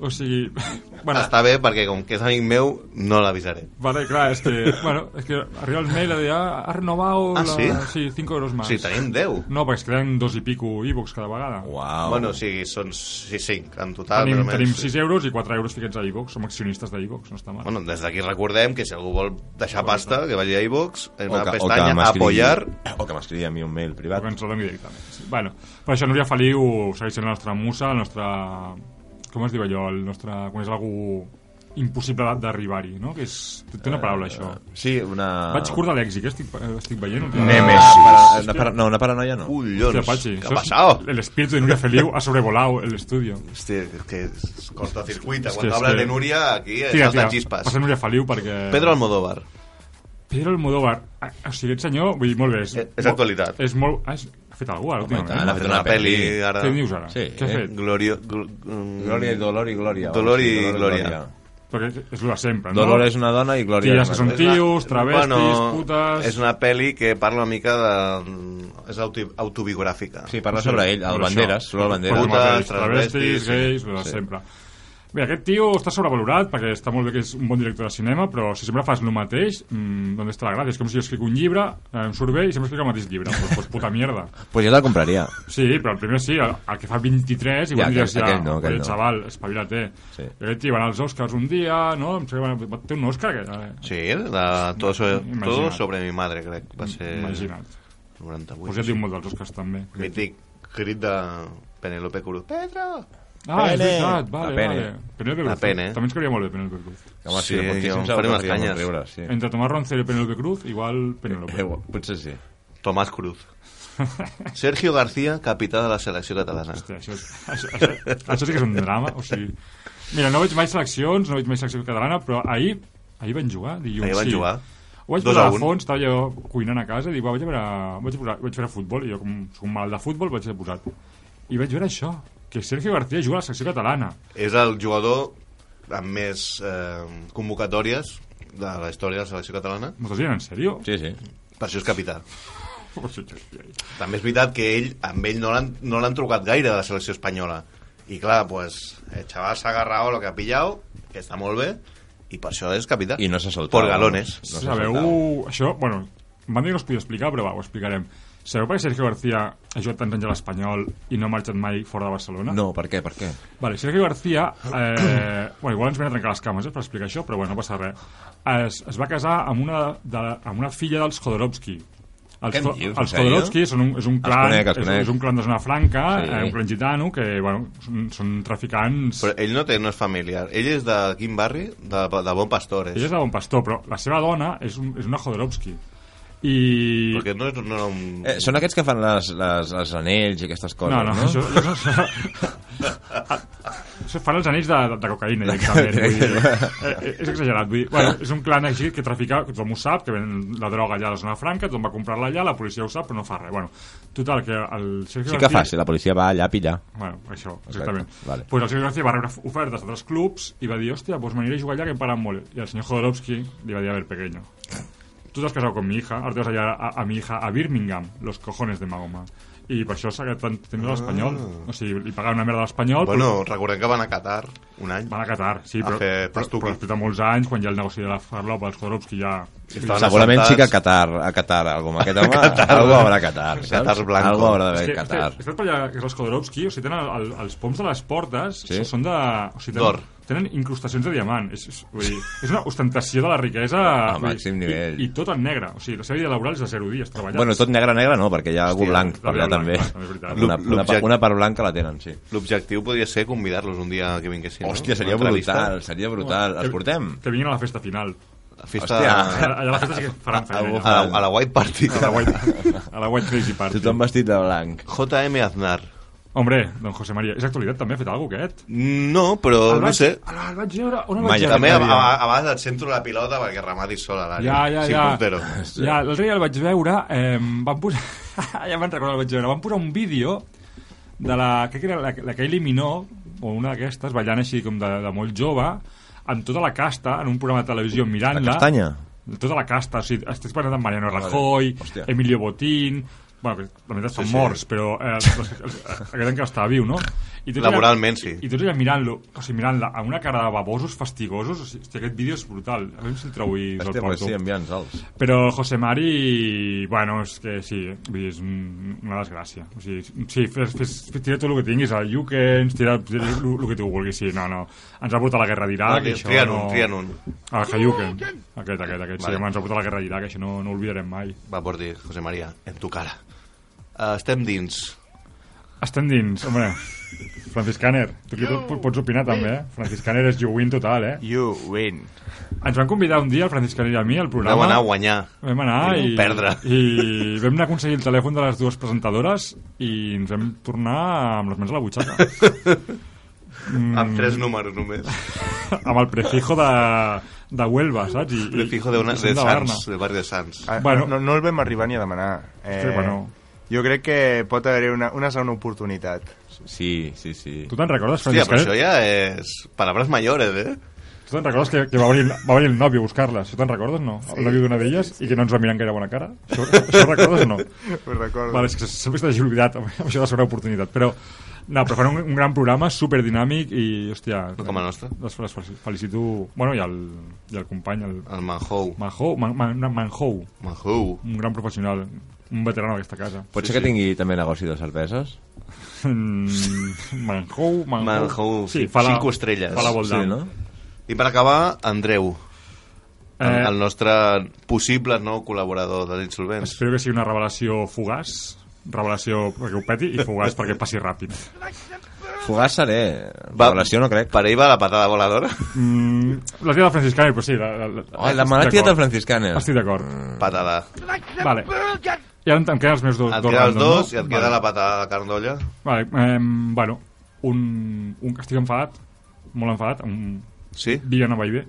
Speaker 4: O sigui... Bueno,
Speaker 2: Està bé, perquè com que és amic meu, no l'avisaré.
Speaker 4: Vale, clar, és que, bueno, és que arriba el mail de ah, ha renovado
Speaker 2: Ah,
Speaker 4: la-
Speaker 2: sí?
Speaker 4: Ah, sí, 5 euros
Speaker 2: O
Speaker 4: más.
Speaker 2: sigui, tenim 10.
Speaker 4: No, perquè es queden dos i pico e-books cada vegada.
Speaker 3: Uau.
Speaker 2: Bueno, o sigui, són 5 en total,
Speaker 4: tenim,
Speaker 2: més o
Speaker 4: tenim
Speaker 2: menys.
Speaker 4: 6 euros i 4 euros fiquets a iVox, som accionistes d'iVox, no està mal.
Speaker 2: Bueno, des d'aquí recordem que si algú vol deixar pasta, que vagi a iVox, en
Speaker 3: O
Speaker 2: una
Speaker 3: que- o que
Speaker 2: pestanya,
Speaker 3: m'escrigui-
Speaker 2: apoyar...
Speaker 3: O que m'escrigui a mi un mail
Speaker 4: O
Speaker 3: privat.
Speaker 4: que ens el doni directament. Sí. Bueno, per això Núria Feliu segueix sent la nostra musa, la nostra... Com es diu allò? El nostre... Quan és algú impossible d'arribar-hi, no? Que és... Té
Speaker 2: Eh,
Speaker 4: una paraula, això.
Speaker 3: Sí, una...
Speaker 2: ah.
Speaker 4: Vaig curt de l'èxit, eh? estic, eh, estic veient.
Speaker 3: Nemesis. Ah, para- una para- no, una paranoia no.
Speaker 2: Collons,
Speaker 4: Pachi,
Speaker 2: què
Speaker 4: això
Speaker 2: ha
Speaker 4: és-
Speaker 2: passat?
Speaker 4: El espíritu de Núria Feliu ha sobrevolado el estudio.
Speaker 2: Hòstia, és que es cortocircuita.
Speaker 4: És que-
Speaker 2: Quan
Speaker 4: és
Speaker 2: hablas
Speaker 4: que-
Speaker 2: de Núria, aquí
Speaker 4: Tira,
Speaker 2: estàs
Speaker 4: tira,
Speaker 2: de xispes.
Speaker 4: passa Núria Feliu perquè...
Speaker 2: Pedro Almodóvar.
Speaker 4: Pedro Almodóvar. Ah, O sigui, aquest senyor, vull dir, molt bé. És,
Speaker 2: Eh, és actualitat.
Speaker 4: És molt... Ah, és- ha fet algú ara,
Speaker 3: i tant,
Speaker 4: últimament?
Speaker 3: ha
Speaker 2: Ha
Speaker 3: fet
Speaker 2: fet
Speaker 3: una
Speaker 2: una pel·li,
Speaker 3: pel·li.
Speaker 2: ara.
Speaker 4: Què dius ara?
Speaker 3: Sí,
Speaker 4: Què ha
Speaker 3: eh?
Speaker 4: fet?
Speaker 2: Glorio... gl- mm,
Speaker 3: Glòria, dolor i glòria.
Speaker 2: Dolor i
Speaker 3: Sí,
Speaker 2: glòria.
Speaker 4: Perquè és el de sempre, no?
Speaker 3: Dolor és una dona i glòria
Speaker 4: Ties
Speaker 3: és
Speaker 4: que
Speaker 3: una
Speaker 4: són
Speaker 3: altra.
Speaker 4: tios, travestis, putes...
Speaker 2: És una pel·li que parla una mica mm, de... És auto- autobiogràfica.
Speaker 3: Sí, parla sobre ell, el
Speaker 4: Sobre
Speaker 3: Banderas,
Speaker 4: això.
Speaker 3: sobre el Banderas.
Speaker 4: Putes,
Speaker 2: Putes,
Speaker 4: travestis,
Speaker 2: travestis,
Speaker 4: gais, lo de sempre. Bé, aquest tio està sobrevalorat perquè està molt bé que és un bon director de cinema, però si sempre fas el mateix, mmm, d'on està la gràcia? És com si jo escric un llibre, eh, em surt bé i sempre escric el mateix llibre. Doncs, Pues, pues puta mierda.
Speaker 3: Pues jo la compraria.
Speaker 4: Sí, però el primer sí, el, el que fa 23 igual
Speaker 3: Ja,
Speaker 4: ja, diràs ja,
Speaker 3: aquell no, aquell
Speaker 4: "Oye,
Speaker 3: no."
Speaker 4: xaval, espavila't, eh.
Speaker 3: Sí.
Speaker 4: Sí. I aquest tio va anar als Oscars un dia, no? Em sembla que va, té un Oscar, que, eh,
Speaker 2: Sí, la, todo, sobre,
Speaker 4: Imagina't.
Speaker 2: todo sobre mi madre, crec. Va ser...
Speaker 4: imagina't.
Speaker 2: 98.
Speaker 4: Pues ja et diu molt dels Oscars també.
Speaker 2: Mític crit de Penelope Cruz. Pedro!
Speaker 4: Ah, és
Speaker 5: Pene.
Speaker 4: veritat, vale,
Speaker 3: La Pene.
Speaker 4: vale. Penelope
Speaker 2: La
Speaker 4: Cruz.
Speaker 2: Pene.
Speaker 4: També ens cauria molt bé Penelope Cruz.
Speaker 3: Home,
Speaker 2: Sí,
Speaker 3: si la portéssim,
Speaker 2: jo em
Speaker 3: segur
Speaker 2: faré
Speaker 3: que
Speaker 2: unes
Speaker 3: faríem
Speaker 2: canyes.
Speaker 3: riure, sí.
Speaker 4: Entre Tomás Roncero i Penelope Cruz, igual Penelope.
Speaker 3: Eh, bo- potser sí.
Speaker 2: Tomàs Cruz. Sergio García, capità de la selecció catalana.
Speaker 4: Hòstia, això, és- això, això, això sí que és un drama. O sigui, mira, no veig mai seleccions, no veig mai selecció catalana, però ahir, ahir van jugar, dilluns.
Speaker 2: Ahir van
Speaker 4: sí.
Speaker 2: jugar.
Speaker 4: Ho vaig
Speaker 2: Dos
Speaker 4: posar
Speaker 2: a
Speaker 4: a
Speaker 2: un.
Speaker 4: fons, estava jo cuinant a casa, i dic, va, vaig a veure, vaig a, posar, vaig a veure futbol, i jo com soc un mal de futbol, vaig a posat. I vaig veure això, que Sergio García juga a la selecció catalana.
Speaker 2: És el jugador amb més eh, convocatòries de la història de la selecció catalana.
Speaker 4: M'ho estàs dient en sèrio?
Speaker 3: Sí, sí.
Speaker 2: Per això és capità.
Speaker 4: O sigui,
Speaker 2: També és veritat que ell, amb ell no l'han no l'han trucat gaire de la selecció espanyola. I clar, pues, el xaval s'ha agarrado lo que ha pillado, que està molt bé, i per això és capità.
Speaker 3: I no s'ha soltat.
Speaker 2: Por galones.
Speaker 3: No s'ha
Speaker 4: Sabeu,
Speaker 3: saltat.
Speaker 4: això, bueno, em van dir que no us podia explicar, però va, ho explicarem. Sabeu per què Sergio García ha jugat tants anys a l'Espanyol i no ha marxat mai fora de Barcelona?
Speaker 3: No, per què, per què?
Speaker 4: Vale, Sergio García, eh, bueno, igual ens ven a trencar les cames eh, per explicar això, però bueno, no passa res. Es, es va casar amb una, de, amb una filla dels Jodorowsky. Els,
Speaker 3: Què em
Speaker 4: Zo-
Speaker 3: dius, en
Speaker 4: els
Speaker 3: sèrio?
Speaker 4: Jodorowsky són un, és un
Speaker 3: Els
Speaker 4: clan,
Speaker 3: conec, els
Speaker 4: és,
Speaker 3: conec.
Speaker 4: és un clan de zona franca,
Speaker 3: Sí.
Speaker 4: sí. eh, un clan gitano, que bueno, són, són traficants...
Speaker 2: Però ell no, té, no és familiar. Ell és de quin barri? De, de Bon eh? Pastores.
Speaker 4: Ella és de Bon Pastor, però la seva dona és, un, és una Jodorowsky. I...
Speaker 2: Perquè no, no era un...
Speaker 3: Eh, són aquests que fan les, les, les anells i aquestes coses,
Speaker 4: No,
Speaker 3: no?
Speaker 4: no, això, això, això, això fan els anells de, de, de cocaïna, directament. Vull dir, eh, eh, és exagerat. Vull dir, bueno, és un clan així que trafica, que tothom ho sap, que ven la droga allà a la zona franca, tothom va comprar-la allà, la policia ho sap, però no fa res. Bueno, total, que el Sergio
Speaker 3: Sí que
Speaker 4: García-
Speaker 3: fàcil, la policia va allà a pillar.
Speaker 4: Bueno, això,
Speaker 3: Exacte,
Speaker 4: exactament.
Speaker 3: vale.
Speaker 4: Pues el senyor García va rebre ofertes d'altres clubs i va dir, hòstia, pues m'aniré a jugar allà que em paguen molt. I el senyor Jodorowsky li va dir, a ver, pequeño, tú t'has casado con mi hija, ahora te vas a llevar a, a mi hija a Birmingham, los cojones de Mahoma. I per això s'ha quedat tant temps a l'Espanyol. O sigui, li pagaven una merda a l'Espanyol,
Speaker 2: Ah. Bueno, recordem que van a Qatar un any.
Speaker 4: però van a Qatar, sí,
Speaker 2: A
Speaker 4: però,
Speaker 2: fer
Speaker 4: però,
Speaker 2: pastuca.
Speaker 4: però després de molts anys, quan ja el negoci de la farlopa, els Jodorowsky ja...
Speaker 2: Estaven
Speaker 3: Segurament sí que a
Speaker 2: assaltats.
Speaker 3: Qatar, a Qatar, algú amb aquest home, algú haurà a Qatar, saps?
Speaker 2: Qatar blanco.
Speaker 3: Algú haurà d'haver
Speaker 4: que,
Speaker 3: a Qatar.
Speaker 4: He estat per allà, que és els Jodorowsky, o sigui, tenen el, el, els poms de les portes,
Speaker 3: Sí.
Speaker 4: sí? són de... O sigui,
Speaker 2: D'or.
Speaker 4: tenen, tenen incrustacions de diamant. És, és, vull dir, és una ostentació de la riquesa...
Speaker 3: A
Speaker 4: vull dir,
Speaker 3: màxim nivell.
Speaker 4: I, I tot en negre. O sigui, la seva vida laboral és de zero dies treballant.
Speaker 3: Bueno, tot negre, negre no, perquè hi ha algú
Speaker 2: Hòstia,
Speaker 3: blanc per allà també.
Speaker 4: també blanc, també és veritat.
Speaker 3: Una,
Speaker 2: L'ob-
Speaker 3: una,
Speaker 2: l'objecte-
Speaker 3: una part blanca la tenen, sí.
Speaker 2: L'objectiu podria ser convidar-los un dia que vinguessin.
Speaker 3: Hòstia,
Speaker 2: no?
Speaker 3: seria
Speaker 2: Una entrevista.
Speaker 3: brutal, seria brutal.
Speaker 4: Que-
Speaker 3: Els portem? Ah.
Speaker 4: Que vinguin a la festa final.
Speaker 2: La festa...
Speaker 3: Hòstia.
Speaker 4: Allà a la festa sí que faran feina.
Speaker 2: A la, a la White Party.
Speaker 4: A la White, a la White Crazy Party.
Speaker 3: Tothom vestit de blanc.
Speaker 2: JM Aznar.
Speaker 4: Hombre, don José María, és actualitat també, ha fet alguna cosa aquest?
Speaker 2: No, però
Speaker 4: El
Speaker 2: no
Speaker 4: vaig-
Speaker 2: sé.
Speaker 4: El, el vaig veure... On el
Speaker 3: Mai,
Speaker 4: vaig veure?
Speaker 2: També a,
Speaker 4: aquell dia?
Speaker 2: a, a vegades et centro la pilota perquè remati sola a l'àrea.
Speaker 4: Ja, ja,
Speaker 2: sí,
Speaker 4: ja.
Speaker 2: Portero.
Speaker 4: ja L'altre dia el vaig veure, eh, van posar... ja me'n recordo, el vaig veure. Van posar un vídeo de la, crec que era la, la que eliminó, o una d'aquestes, ballant així com de, de molt jove, amb tota la casta, en un programa de televisió
Speaker 3: La
Speaker 4: mirant-la.
Speaker 3: castanya?
Speaker 4: Tota la casta, o sigui, estic parlant de Mariano Rajoy,
Speaker 3: Hòstia.
Speaker 4: Emilio Botín... Bueno, que la veritat estan
Speaker 2: Sí, sí.
Speaker 4: morts, però eh, els- els- aquest encara està viu, no? I tots
Speaker 2: Laboralment, sí.
Speaker 4: I tots allà mirant-lo, o sigui, mirant-la amb una cara de babosos, fastigosos, o sigui, hòstia, aquest vídeo és brutal. A veure si el trobo i us
Speaker 3: Hòstia,
Speaker 4: el porto.
Speaker 3: pues sí, envia'ns els.
Speaker 4: Però José Mari, bueno, és que sí, vull dir, és un, una desgràcia. O sigui, sí, fes, fes, fes, tira tot el que tinguis, el Jukens, tira tira el el que tu vulguis, sí, no, no. Ens va portar a la guerra d'Iraq, i
Speaker 2: Trien,
Speaker 4: Ah, això
Speaker 2: trien
Speaker 4: no...
Speaker 2: un, trien un.
Speaker 4: El Hayuken, aquest, aquest, aquest,
Speaker 2: Vale.
Speaker 4: sí, home, ens va portar a la guerra d'Iraq, això no, no ho oblidarem mai.
Speaker 2: Va por dir, José María, en tu cara. Uh, estem dins.
Speaker 4: Estem dins, home, Francis Caner, tu aquí pot- pots opinar també, eh? Francis Caner és you-win total, eh?
Speaker 5: You win.
Speaker 4: Ens van convidar un dia, el Francis Caner i a mi, al
Speaker 2: Vam
Speaker 4: programa.
Speaker 2: anar a guanyar.
Speaker 4: Vam anar
Speaker 2: I
Speaker 4: i,
Speaker 2: vam perdre.
Speaker 4: i vam anar a aconseguir el telèfon de les dues presentadores i ens vam tornar amb les mans a la butxaca.
Speaker 2: Amb tres números només.
Speaker 4: amb el prefijo de, de Huelva, saps? I,
Speaker 2: Prefijo de, una,
Speaker 4: i
Speaker 2: de
Speaker 4: som Barna.
Speaker 2: Sants, de barri de Sants.
Speaker 5: Ah,
Speaker 4: Bueno.
Speaker 5: no, no el vam arribar ni a demanar. Eh,
Speaker 4: Sí, bueno.
Speaker 5: Jo crec que pot haver una, una segona oportunitat.
Speaker 3: Sí, sí, sí.
Speaker 4: Tu te'n recordes,
Speaker 2: Hòstia,
Speaker 4: Francis
Speaker 2: però això
Speaker 4: Canet?
Speaker 2: ja és... Palabras mayores, eh?
Speaker 4: Tu te'n recordes que, que va, venir, va venir el nòvio a buscar-la? Això te'n recordes, no? El nòvio d'una d'elles i que no ens va mirar amb gaire bona cara? Això, això ho recordes o no?
Speaker 5: Ho recordo.
Speaker 4: Vale, és que sempre s'ha oblidat amb amb això de la segona oportunitat, però... No, però fan un, un gran programa, superdinàmic i, hòstia...
Speaker 2: Com el nostre.
Speaker 4: Les, les felicito... Bueno, i el, i el company, el,
Speaker 2: El Manhou.
Speaker 4: Manhou, Man, Man, Manhou,
Speaker 2: Manhou.
Speaker 4: un gran professional, un veterano d'aquesta casa.
Speaker 3: Pot ser que tingui també negoci de cerveses?
Speaker 4: Mm, Manhou, Manhou...
Speaker 2: Manhou,
Speaker 4: sí,
Speaker 2: sí,
Speaker 4: fa la,
Speaker 2: cinco estrelles.
Speaker 4: Fa la voltant.
Speaker 3: Sí, no?
Speaker 2: I per acabar, Andreu, eh.
Speaker 4: Eh.
Speaker 2: el nostre possible nou col·laborador de l'Insolvents.
Speaker 4: Espero que sigui una revelació fugaç, revelació perquè ho peti i fugaç perquè passi ràpid.
Speaker 3: Fugaz seré. Població eh? no crec.
Speaker 2: Per ell va la patada voladora.
Speaker 4: Mm, la tía de Franciscaner, pues Ah, sí. La, la, la,
Speaker 3: Oh, la
Speaker 4: estic
Speaker 3: malaltia del
Speaker 4: d'acord. Ah,
Speaker 3: franciscaner.
Speaker 4: Estic d'acord.
Speaker 2: Mm. Patada.
Speaker 4: Vale. I ara em, em queden els meus dos.
Speaker 2: Et queda els
Speaker 4: randoms,
Speaker 2: dos i et queda
Speaker 4: vale.
Speaker 2: la patada de Cardolla.
Speaker 4: Vale, ehm, bueno, un, un que estic enfadat, molt enfadat, un
Speaker 2: Sí?
Speaker 4: Viviana Baivé.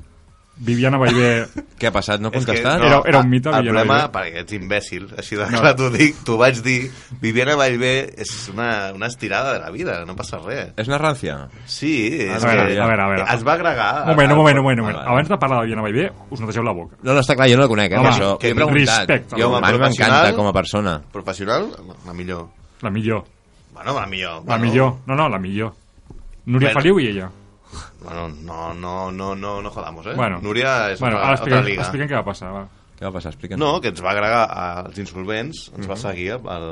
Speaker 4: Viviana Baivé...
Speaker 3: Què ha passat? No ha
Speaker 2: És que-
Speaker 3: contestat?
Speaker 4: Era- era un mite,
Speaker 2: El
Speaker 4: Viviana
Speaker 2: problema,
Speaker 4: Vallvé.
Speaker 2: perquè ets imbècil, així de clar t'ho dic, t'ho vaig dir. Viviana Vallvé és una, una estirada de la vida, no passa res.
Speaker 3: És una rància?
Speaker 2: Sí, és
Speaker 4: veure,
Speaker 2: que
Speaker 4: Eh. a veure, a veure.
Speaker 2: es va agregar.
Speaker 4: Un moment, un moment, un moment. un moment.
Speaker 3: Vale.
Speaker 4: Abans de parlar de Viviana Baivé, us netegeu la boca.
Speaker 3: No, no està clar, jo no la conec, eh,
Speaker 4: Home,
Speaker 3: per això.
Speaker 2: que
Speaker 3: Ho he preguntat.
Speaker 4: respecte.
Speaker 3: Jo,
Speaker 2: Home,
Speaker 3: a mi m'encanta
Speaker 2: professional.
Speaker 3: com a persona.
Speaker 2: Professional, la millor.
Speaker 4: La millor.
Speaker 2: Bueno, la millor.
Speaker 4: La
Speaker 2: bueno,
Speaker 4: millor. No, no, la millor. Núria
Speaker 2: Bueno.
Speaker 4: Feliu i ella.
Speaker 2: Bueno, no, no, no, no, no jodamos, eh?
Speaker 4: Bueno.
Speaker 2: Núria és
Speaker 4: bueno,
Speaker 2: otra,
Speaker 4: ara
Speaker 2: otra
Speaker 4: expliquem,
Speaker 2: liga.
Speaker 4: expliquem què va passar. Va.
Speaker 3: Què va passar? Explica'm.
Speaker 2: No, que ens va agregar als insolvents, ens
Speaker 3: Mhm.
Speaker 2: va seguir al,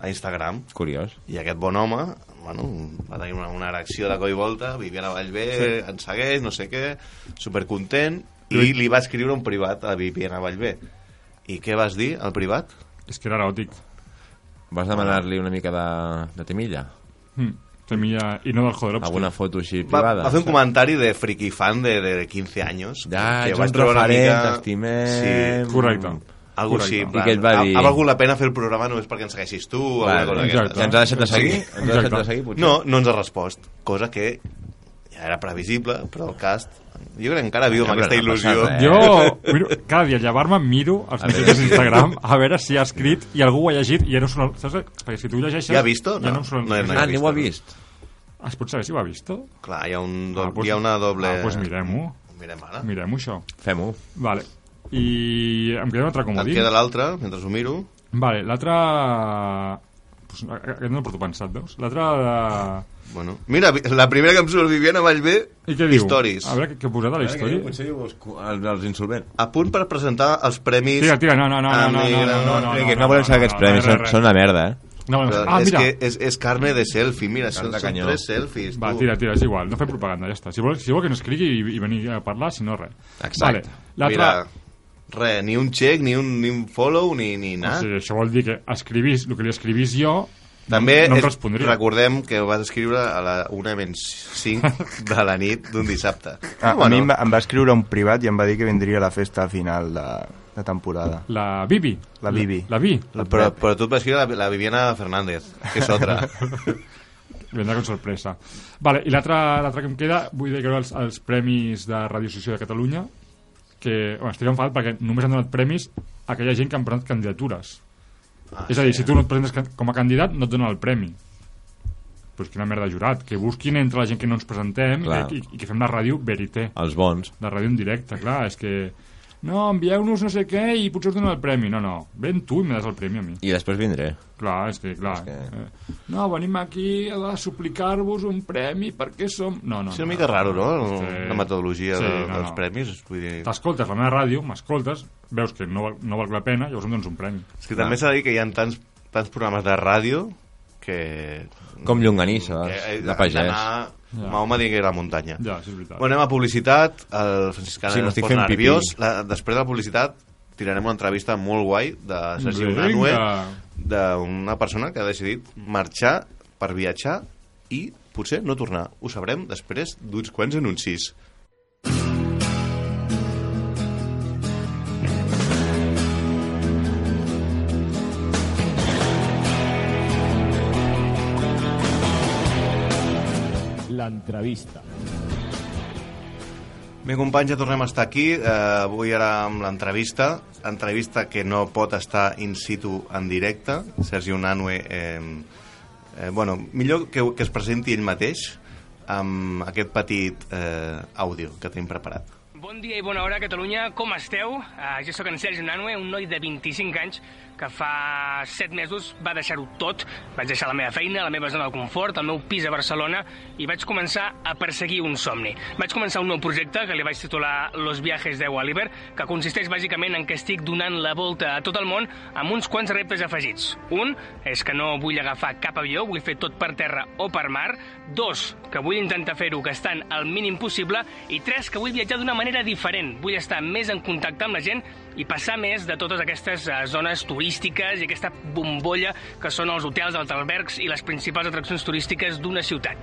Speaker 2: a Instagram.
Speaker 3: Curiós.
Speaker 2: I aquest bon home, bueno, va tenir una, una erecció de coi volta, Viviana Vallvé, sí. ens segueix, no sé què, supercontent, i li va escriure un privat a Viviana Vallvé. I què vas dir al privat?
Speaker 4: És que era eròtic.
Speaker 3: Vas demanar-li una mica de, de temilla?
Speaker 4: Hm. Temilla... I no del Jodorowsky.
Speaker 3: Alguna foto així
Speaker 2: Va,
Speaker 3: privada?
Speaker 2: va fer un comentari de friki fan de, de 15 anys.
Speaker 3: Ja, ets
Speaker 2: vaig
Speaker 3: un
Speaker 2: trobar una
Speaker 3: referent,
Speaker 2: mica-
Speaker 3: t'estimem.
Speaker 2: Sí,
Speaker 4: Correcte.
Speaker 2: algo així.
Speaker 4: Correcte.
Speaker 2: en plan,
Speaker 3: I què et va
Speaker 2: ha-
Speaker 3: dir?
Speaker 2: Ha, valgut la pena fer el programa només perquè ens segueixis tu? o alguna cosa
Speaker 3: Vale.
Speaker 2: d'aquestes,
Speaker 4: exacte.
Speaker 3: Que ens ha deixat de seguir?
Speaker 4: Sí.
Speaker 3: Ens ha deixat de
Speaker 4: Exacte.
Speaker 3: seguir, potser?
Speaker 2: No, no ens ha respost, cosa que ja era previsible, però el cast... Jo crec que encara viu amb
Speaker 3: Ja, però
Speaker 2: aquesta
Speaker 3: no passa
Speaker 2: il·lusió.
Speaker 3: res.
Speaker 4: Jo,
Speaker 2: eh?
Speaker 4: miro, cada dia al llevar-me, miro els
Speaker 3: A
Speaker 4: missatges
Speaker 3: veure.
Speaker 4: d'Instagram a veure si ha escrit i algú ho ha llegit i ja no sona... Saps? Perquè si tu ho llegeixes...
Speaker 2: Ja ha visto?
Speaker 4: Ja
Speaker 2: No.
Speaker 4: no, em sona...
Speaker 2: No, no,
Speaker 3: Ah, ni ho ha vist.
Speaker 4: Es pot saber si Ah, ho ha vist? Do...
Speaker 2: Clar, hi ha, un do... hi ha una doble... Ah.
Speaker 4: Ah, doncs mirem-ho.
Speaker 2: Mirem ara.
Speaker 4: Mirem-ho, això.
Speaker 3: Fem-ho.
Speaker 4: Vale. I em queda un altre
Speaker 2: Em
Speaker 4: comodí.
Speaker 2: queda l'altre, mentre ho miro.
Speaker 4: Vale, l'altre... Pues, aquest no el porto pensat, veus? L'altre... De...
Speaker 2: Bueno. Mira, vi- la primera que em surt Viviana Vallvé,
Speaker 4: I què diu?
Speaker 2: Històries.
Speaker 4: A veure, què, què he posat a la història?
Speaker 3: Potser diu els, els, els insolvents.
Speaker 2: a punt per presentar els premis...
Speaker 4: Tira, tira, no, no, no, no, no, no, no, no,
Speaker 3: No, no volem saber aquests premis,
Speaker 4: no,
Speaker 3: són,
Speaker 4: no,
Speaker 3: són una merda, eh?
Speaker 4: No, no,
Speaker 2: Però
Speaker 4: ah,
Speaker 2: és
Speaker 4: mira,
Speaker 2: que és, és carne de selfie, mira, són,
Speaker 3: de
Speaker 2: són
Speaker 3: canyó.
Speaker 2: tres selfies.
Speaker 4: Va,
Speaker 2: tu.
Speaker 4: tira, tira, és igual, no fem propaganda, ja està. Si vol, si vol que no escrigui i, i venir a parlar, si no, res.
Speaker 3: Exacte.
Speaker 4: Vale,
Speaker 2: Mira,
Speaker 4: l'altre...
Speaker 2: re, ni un check, ni un, ni un follow, ni, ni
Speaker 4: O
Speaker 2: nada.
Speaker 4: sigui, això vol dir que escrivís el que li escrivís jo,
Speaker 2: També
Speaker 4: no em
Speaker 2: és-
Speaker 4: respondria.
Speaker 2: recordem que ho vas escriure a la 1 menys 5 de la nit d'un dissabte.
Speaker 5: Ah, A,
Speaker 4: Ah,
Speaker 5: a mi em va, em va escriure un privat i em va dir que vindria a la festa final de, de temporada.
Speaker 4: la Bibi.
Speaker 5: La Bibi.
Speaker 4: La, la Bi.
Speaker 2: però, però tu et vas escriure la, la Viviana Fernández, que és otra.
Speaker 4: Vendrà com sorpresa. Vale, I l'altre l'altre que em queda, vull dir que els, els premis de Radio Associació de Catalunya, que bueno, estic enfadat perquè només han donat premis a aquella gent que han presentat candidatures.
Speaker 2: Ah,
Speaker 4: És a dir, si tu no et presentes can- com a candidat, no et donen el premi. Però és quina merda de jurat. Que busquin entre la gent que no ens presentem i,
Speaker 3: Clar.
Speaker 4: i, i que fem la ràdio verité.
Speaker 3: Els bons.
Speaker 4: La ràdio en directe, clar, és que... No, envieu-nos no sé què i potser us donen el premi. No, no, ven tu i me das el premi a mi.
Speaker 3: I després vindré.
Speaker 4: Clar, és que, clar...
Speaker 3: És que-
Speaker 4: Eh, no, venim aquí a suplicar-vos un premi perquè som... No, no,
Speaker 2: És una
Speaker 4: no.
Speaker 2: mica raro, no?,
Speaker 4: Sí.
Speaker 2: la metodologia
Speaker 4: Sí,
Speaker 2: de,
Speaker 4: no,
Speaker 2: dels
Speaker 4: no.
Speaker 2: premis. Vull dir...
Speaker 4: T'escoltes la meva ràdio, m'escoltes, veus que no, val- no valc la pena, llavors em dones un premi.
Speaker 2: És que també s'ha de dir que hi ha tants, tants programes de ràdio que...
Speaker 3: Com llonganisses,
Speaker 2: que
Speaker 3: de pagès.
Speaker 2: Ja. Mahoma digué la muntanya.
Speaker 4: Ja, sí, és veritat.
Speaker 2: Bueno, anem a publicitat, el Franciscana
Speaker 3: Sí,
Speaker 2: sí, es
Speaker 3: m'estic
Speaker 2: posa
Speaker 3: fent pipí.
Speaker 2: nerviós. La, després de la publicitat tirarem una entrevista molt guai de Sergi
Speaker 4: Vinga.
Speaker 2: Unanue, d'una persona que ha decidit marxar per viatjar i potser no tornar. Ho sabrem després d'uns quants anuncis.
Speaker 6: l'entrevista.
Speaker 2: Bé, companys, ja tornem a estar aquí. Eh, avui ara amb l'entrevista. Entrevista que no pot estar in situ en directe. Sergi Unanue, eh, eh, bueno, millor que, que es presenti ell mateix amb aquest petit eh, àudio que tenim preparat.
Speaker 7: Bon dia i bona hora, Catalunya. Com esteu? Uh, jo sóc en Sergi Nanue, un noi de 25 anys que fa 7 mesos va deixar-ho tot. Vaig deixar la meva feina, la meva zona de confort, el meu pis a Barcelona i vaig començar a perseguir un somni. Vaig començar un nou projecte que li vaig titular Los viajes de Walliver, que consisteix bàsicament en que estic donant la volta a tot el món amb uns quants reptes afegits. Un és que no vull agafar cap avió, vull fer tot per terra o per mar. Dos, que vull intentar fer-ho gastant el mínim possible. I tres, que vull viatjar d'una manera diferent. Vull estar més en contacte amb la gent i passar més de totes aquestes eh, zones turístiques i aquesta bombolla que són els hotels, els albergs i les principals atraccions turístiques d'una ciutat.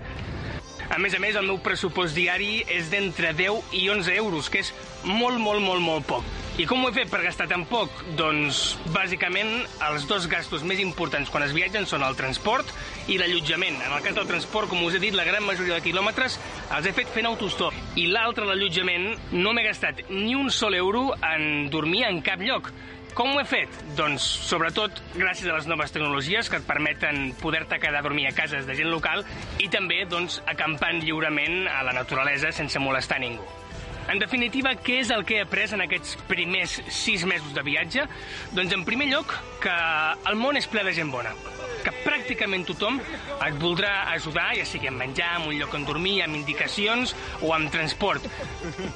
Speaker 7: A més a més, el meu pressupost diari és d'entre 10 i 11 euros, que és molt, molt, molt, molt poc. I com ho he fet per gastar tan poc? Doncs, bàsicament, els dos gastos més importants quan es viatgen són el transport i l'allotjament. En el cas del transport, com us he dit, la gran majoria de quilòmetres els he fet fent autostop. I l'altre, l'allotjament, no m'he gastat ni un sol euro en dormir en cap lloc. Com ho he fet? Doncs, sobretot, gràcies a les noves tecnologies que et permeten poder-te quedar a dormir a cases de gent local i també, doncs, acampant lliurement a la naturalesa sense molestar ningú. En definitiva, què és el que he après en aquests primers sis mesos de viatge? Doncs, en primer lloc, que el món és ple de gent bona que pràcticament tothom et voldrà ajudar, ja sigui amb menjar, amb un lloc on dormir, amb indicacions o amb transport.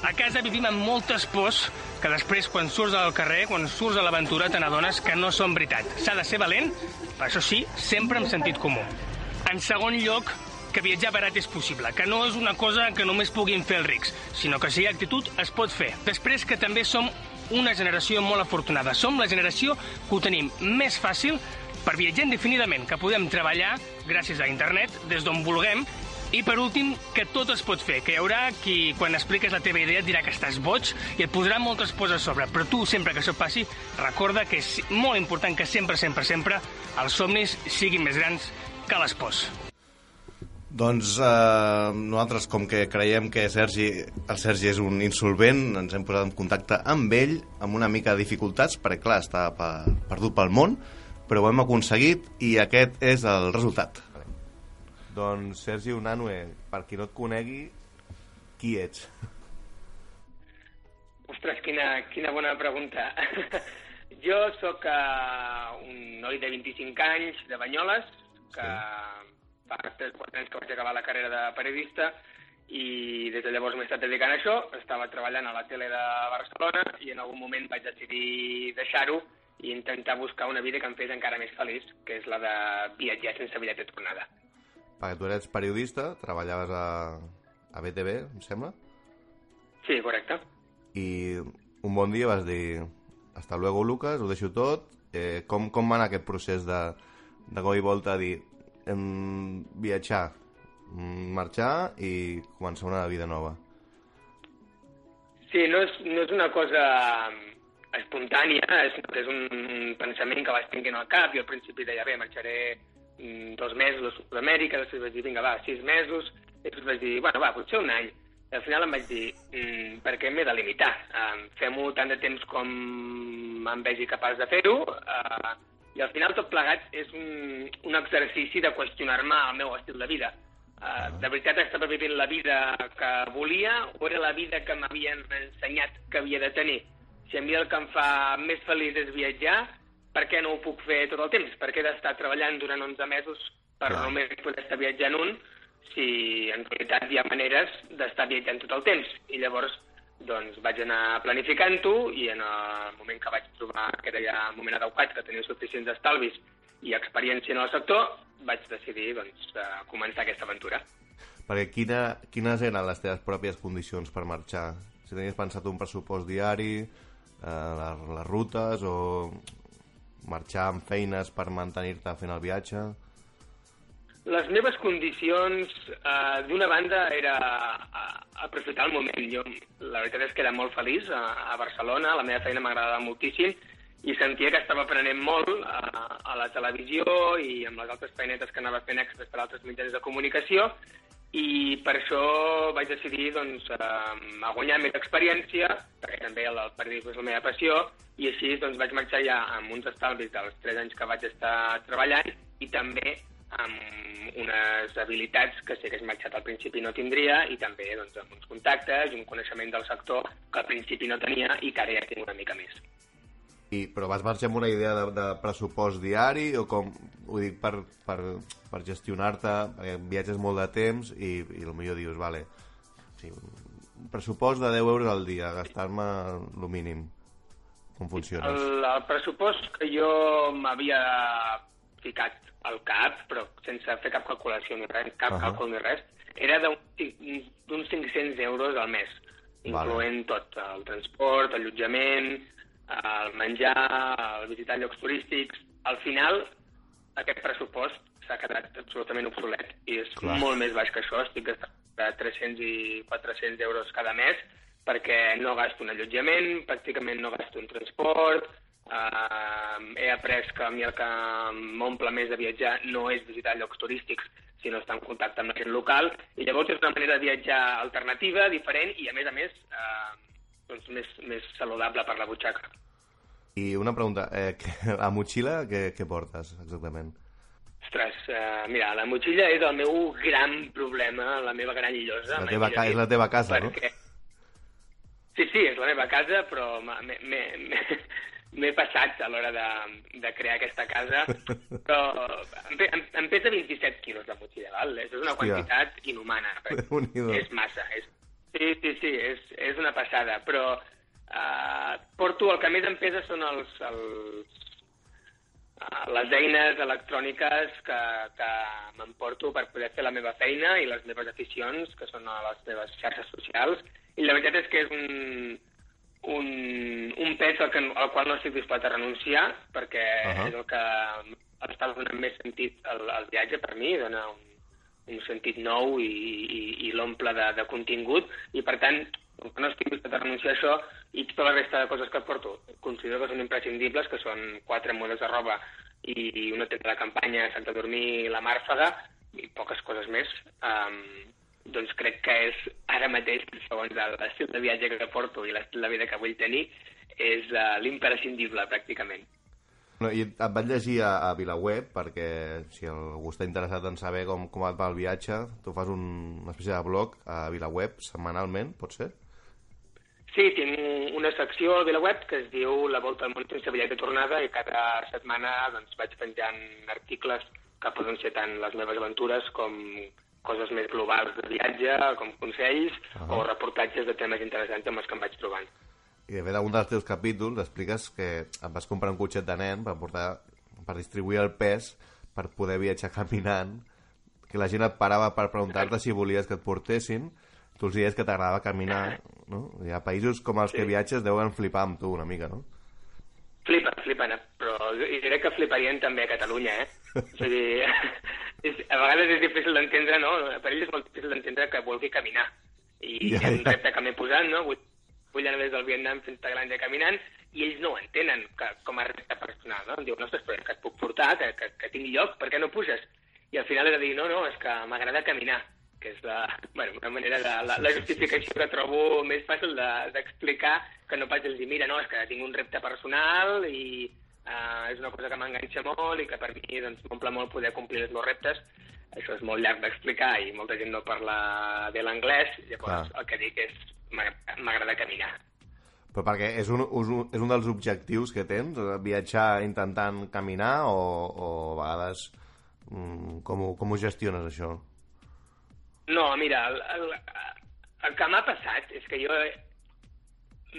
Speaker 7: A casa vivim amb moltes pors que després, quan surts al carrer, quan surts a l'aventura, te n'adones que no són veritat. S'ha de ser valent, però això sí, sempre amb sentit comú. En segon lloc, que viatjar barat és possible, que no és una cosa que només puguin fer els rics, sinó que si hi ha actitud es pot fer. Després que també som una generació molt afortunada. Som la generació que ho tenim més fàcil per viatjar indefinidament, que podem treballar gràcies a internet des d'on vulguem i per últim, que tot es pot fer, que hi haurà qui, quan expliques la teva idea, et dirà que estàs boig i et posarà moltes poses a sobre. Però tu, sempre que això passi, recorda que és molt important que sempre, sempre, sempre els somnis siguin més grans que les pors.
Speaker 2: Doncs eh, nosaltres, com que creiem que Sergi, el Sergi és un insolvent, ens hem posat en contacte amb ell, amb una mica de dificultats, perquè clar, està per, perdut pel món, però ho hem aconseguit i aquest és el resultat. Doncs Sergi Unanue, per qui no et conegui, qui ets?
Speaker 7: Ostres, quina, quina bona pregunta. jo sóc uh, un noi de 25 anys, de Banyoles, que sí. fa 3-4 anys que vaig acabar la carrera de periodista i des de llavors m'he estat dedicant a això. Estava treballant a la tele de Barcelona i en algun moment vaig decidir deixar-ho i intentar buscar una vida que em fes encara més feliç, que és la de viatjar sense bitllet de tornada.
Speaker 2: Perquè tu eres periodista, treballaves a, a BTV, em sembla,
Speaker 7: Sí, correcte.
Speaker 2: i un bon dia vas dir hasta luego, Lucas, ho deixo tot. Eh, com, com va anar aquest procés de, de cop i volta a dir em, viatjar, mm, marxar i començar una vida nova?
Speaker 7: Sí, no és, no és una cosa mm, espontània, és, és un pensament que vaig tenint al cap. Jo al principi deia, bé, marxaré mm, dos mesos a Sud-amèrica, després vaig dir, vinga, va, sis mesos, i després vaig dir, bueno, va, potser un any. I al final em vaig dir, mm, per què m'he de limitar? Um, Fem-ho tant de temps com em vegi capaç de fer-ho, uh, i al final tot plegat és un, un exercici de qüestionar-me el meu estil de vida. Uh, de veritat estava vivint la vida que volia o era la vida que m'havien ensenyat que havia de tenir? Si a mi el que em fa més feliç és viatjar, per què no ho puc fer tot el temps? Per què he d'estar treballant durant 11 mesos per
Speaker 2: Clar.
Speaker 7: només poder estar viatjant un si en realitat hi ha maneres d'estar viatjant tot el temps? I llavors doncs vaig anar planificant-ho i en el moment que vaig trobar que era ja el moment adequat, que tenia suficients estalvis i experiència en el sector, vaig decidir doncs, eh, començar aquesta aventura.
Speaker 2: Perquè quina, quines eren les teves pròpies condicions per marxar? Si tenies pensat un pressupost diari, eh, les, les rutes o marxar amb feines per mantenir-te fent el viatge?
Speaker 7: Les meves condicions, eh, d'una banda, era eh, aprofitar el moment. Jo, la veritat és que era molt feliç a, a Barcelona, la meva feina m'agradava moltíssim i sentia que estava aprenent molt a, a la televisió i amb les altres feinetes que anava fent extres per altres mitjans de comunicació i per això vaig decidir doncs, eh, a guanyar més experiència, perquè també el, el periodisme és la meva passió, i així doncs, vaig marxar ja amb uns estalvis dels 3 anys que vaig estar treballant i també amb unes habilitats que si hagués marxat al principi no tindria i també doncs, amb uns contactes i un coneixement del sector que al principi no tenia i que ara ja tinc una mica més.
Speaker 2: I, però vas marxar amb una idea de, de pressupost diari o com, ho dic per, per, per gestionar-te, perquè viatges molt de temps i, i millor dius, vale, sí, un pressupost de 10 euros al dia, gastar-me el mínim. Com funciones?
Speaker 7: El, el pressupost que jo m'havia ficat al cap, però sense fer cap calculació ni res, cap
Speaker 2: Ahà.
Speaker 7: uh -huh. càlcul ni res, era d'un cinc- d'uns 500 euros al mes, incloent tot, el transport, l'allotjament, el menjar, el visitar llocs turístics... Al final, aquest pressupost s'ha quedat absolutament obsolet i és
Speaker 2: Clar.
Speaker 7: Clar. molt més baix que això, estic gastant de 300 i 400 euros cada mes perquè no gasto en allotjament, pràcticament no gasto en transport, eh, he après que a mi el que m'omple més de viatjar no és visitar llocs turístics, sinó estar en contacte amb la gent local, i llavors és una manera de viatjar alternativa, diferent, i a més a més eh, doncs més, més saludable per la butxaca.
Speaker 2: I una pregunta, eh, que, la motxilla què, què portes exactament?
Speaker 7: Ostres, eh, mira, la motxilla és el meu gran problema, la meva gran llosa.
Speaker 2: La
Speaker 7: m'he
Speaker 2: teva
Speaker 7: de
Speaker 2: ca-
Speaker 7: dir,
Speaker 2: és la teva casa, no?
Speaker 7: perquè... Sí, sí, és la meva casa, però m'ha- m'he- m'he- m'he m'he passat a l'hora de, de crear aquesta casa, però em, pe- em, em pesa 27 quilos la motxilla, val? És una
Speaker 2: Hòstia.
Speaker 7: quantitat inhumana. perquè
Speaker 2: Déu-n'hi-do.
Speaker 7: És massa. És... Sí, sí, sí, és, és una passada, però eh, porto el que més em pesa són els, els, eh, les eines electròniques que, que m'emporto per poder fer la meva feina i les meves aficions, que són a les meves xarxes socials. I la veritat és que és un, un, un pes al, que, al qual no estic disposat a renunciar, perquè
Speaker 2: Ahà.
Speaker 7: uh -huh. és el que està donant més sentit al, al viatge per mi, dona un, un sentit nou i, i, i l'omple de, de contingut, i per tant, com que no estic disposat a renunciar a això, i tota la resta de coses que porto considero que són imprescindibles, que són quatre mudes de roba i una tenda de campanya, sac de dormir, la màrfaga, i poques coses més, um, doncs crec que és ara mateix, segons el- l'estil de viatge que porto i l'estil de vida que vull tenir, és uh, l'imprescindible, pràcticament.
Speaker 2: No, I et vaig llegir a, a Vilaweb perquè si algú està interessat en saber com, com et va el viatge, tu fas un, una espècie de blog a Vilaweb setmanalment, pot ser?
Speaker 7: Sí, tinc una secció de la web que es diu La volta al món sense bitllet de tornada i cada setmana doncs, vaig penjant articles que poden ser tant les meves aventures com coses més globals de viatge, com consells uh -huh. o reportatges de temes interessants amb els que em vaig trobant.
Speaker 2: I de fet, a un dels teus capítols expliques que et vas comprar un cotxet de nen per, portar, per distribuir el pes per poder viatjar caminant, que la gent et parava per preguntar-te si volies que et portessin, tu els deies que t'agradava caminar, no? Hi ha països com els que viatges deuen flipar amb tu una mica, no?
Speaker 7: Flipa, flipa, no? però jo crec que fliparien també a Catalunya, eh? És a dir, és, a vegades és difícil d'entendre, no? Per ell és molt difícil d'entendre que vulgui caminar. I
Speaker 2: Ja,
Speaker 7: ja, és un
Speaker 2: ja.
Speaker 7: repte que m'he posat, no? Vull, vull anar des del Vietnam fins a Tailàndia caminant, i ells no ho entenen que, com a repte personal, no? Em diuen, ostres, però és que et puc portar, que, que, que tinc lloc, per què no puges? I al final he de dir, no, no, és que m'agrada caminar que és la, bueno, una manera de, la, la justificació que trobo més fàcil de- d'explicar de, que no pas els dir, mira, no, és que tinc un repte personal i uh, és una cosa que m'enganxa molt i que per mi doncs, m'omple molt poder complir els meus reptes. Això és molt llarg d'explicar i molta gent no parla bé l'anglès, llavors
Speaker 2: Clar.
Speaker 7: el que dic és "M'ag- m'agrada caminar.
Speaker 2: Però perquè és un, és un, és un dels objectius que tens, eh, viatjar intentant caminar o, o a vegades mm, com, ho, com ho gestiones això?
Speaker 7: No, mira, el, el, el que m'ha passat és que jo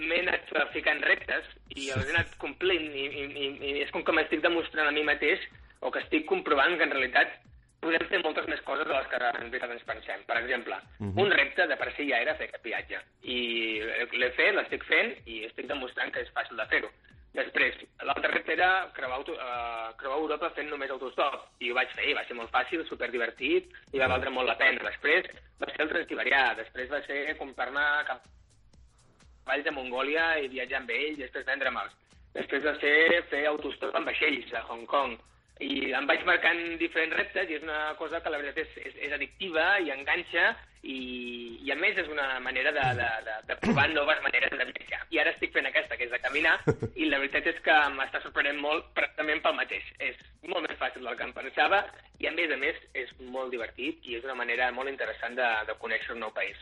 Speaker 7: m'he anat ficant reptes i els he anat complint i, i, i, i és com que m'estic demostrant a mi mateix o que estic comprovant que en realitat podem fer moltes més coses de les que en veritat ens pensem. Per exemple, un repte de per si ja era fer aquest viatge i l'he fet, l'estic fent i estic demostrant que és fàcil de fer-ho. Després, l'altre repte era creuar, auto, uh, creuar Europa fent només autostop i ho vaig fer i va ser molt fàcil, superdivertit i va valdre molt la pena. Després va ser el Transsiberià, després va ser comprar-me cap cavalls de Mongòlia i viatjar amb ells, després vendre'ls. Després de ser, fer autostop amb vaixells a Hong Kong. I em vaig marcant diferents reptes i és una cosa que la veritat és, és, és addictiva i enganxa i, i a més és una manera de, de, de, de provar noves maneres de viatjar. I ara estic fent aquesta, que és de caminar, i la veritat és que m'està sorprenent molt precisament pel mateix. És molt més fàcil del que em pensava i a més a més és molt divertit i és una manera molt interessant de, de conèixer un nou país.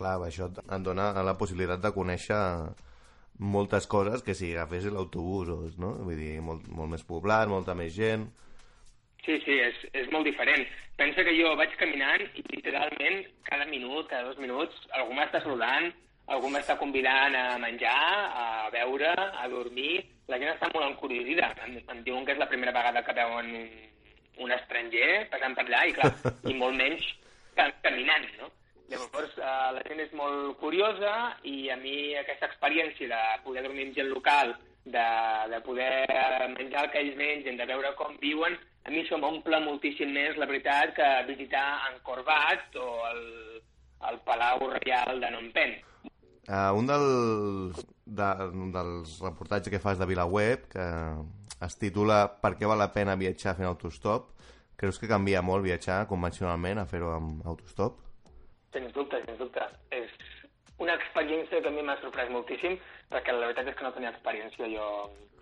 Speaker 2: Clar, això et- et dona la possibilitat de conèixer moltes coses que si agafessis l'autobús, o- no? Vull dir, molt, molt més poblat, molta més gent...
Speaker 7: Sí, sí, és, és molt diferent. Pensa que jo vaig caminant i literalment cada minut, cada dos minuts, algú m'està saludant, algú m'està convidant a menjar, a beure, a dormir... La gent està molt encuriosida. Em, em diuen que és la primera vegada que veuen un, un estranger passant per allà i, clar, i molt menys ca- caminant, no? Llavors, eh, la gent és molt curiosa i a mi aquesta experiència de poder dormir amb gent local, de, de poder menjar el que ells mengen, de veure com viuen, a mi això m'omple moltíssim més, la veritat, que visitar Angkor Wat o el al Palau Reial de Nompent.
Speaker 2: Uh, un dels, de, dels reportatges que fas de VilaWeb, que es titula Per què val la pena viatjar fent autostop, creus que canvia molt viatjar convencionalment a fer-ho amb autostop?
Speaker 7: Sens dubte, sens dubte. És una experiència que a mi m'ha sorprès moltíssim, perquè la veritat és que no tenia experiència jo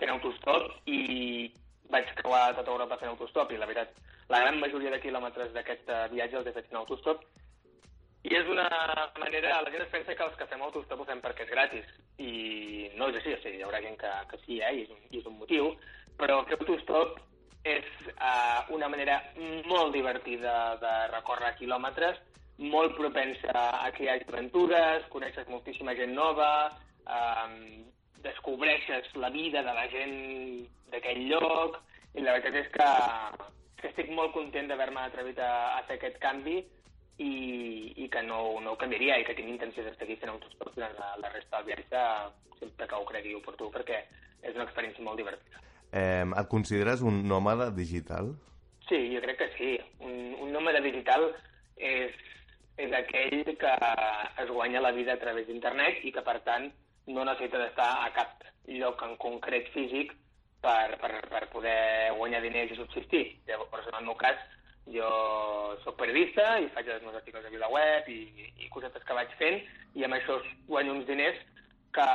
Speaker 7: fent autostop i vaig creuar tota Europa fent autostop i la veritat, la gran majoria de quilòmetres d'aquest eh, viatge els he fet fent autostop i és una manera... La gent es pensa que els que fem autostop ho fem perquè és gratis. I no és així, o sigui, hi haurà gent que, que sí, eh? I és un, i és un motiu. Però fer autostop és uh, una manera molt divertida de recórrer quilòmetres, molt propensa a que hi hagi aventures, coneixes moltíssima gent nova, um, descobreixes la vida de la gent d'aquell lloc, i la veritat és que, que estic molt content d'haver-me atrevit a, a fer aquest canvi, i, i que no, no ho canviaria i que tinc intenció de seguir fent autostop durant la, la resta del viatge sempre que ho cregui oportú perquè és una experiència molt divertida.
Speaker 2: Eh, et consideres un nòmada digital?
Speaker 7: Sí, jo crec que sí. Un, un nòmada digital és, és aquell que es guanya la vida a través d'internet i que, per tant, no necessita d'estar a cap lloc en concret físic per, per, per poder guanyar diners i subsistir. Llavors, en el meu cas, jo sóc periodista i faig els meus articles a VilaWeb i, i cosetes que vaig fent i amb això guanyo uns diners que,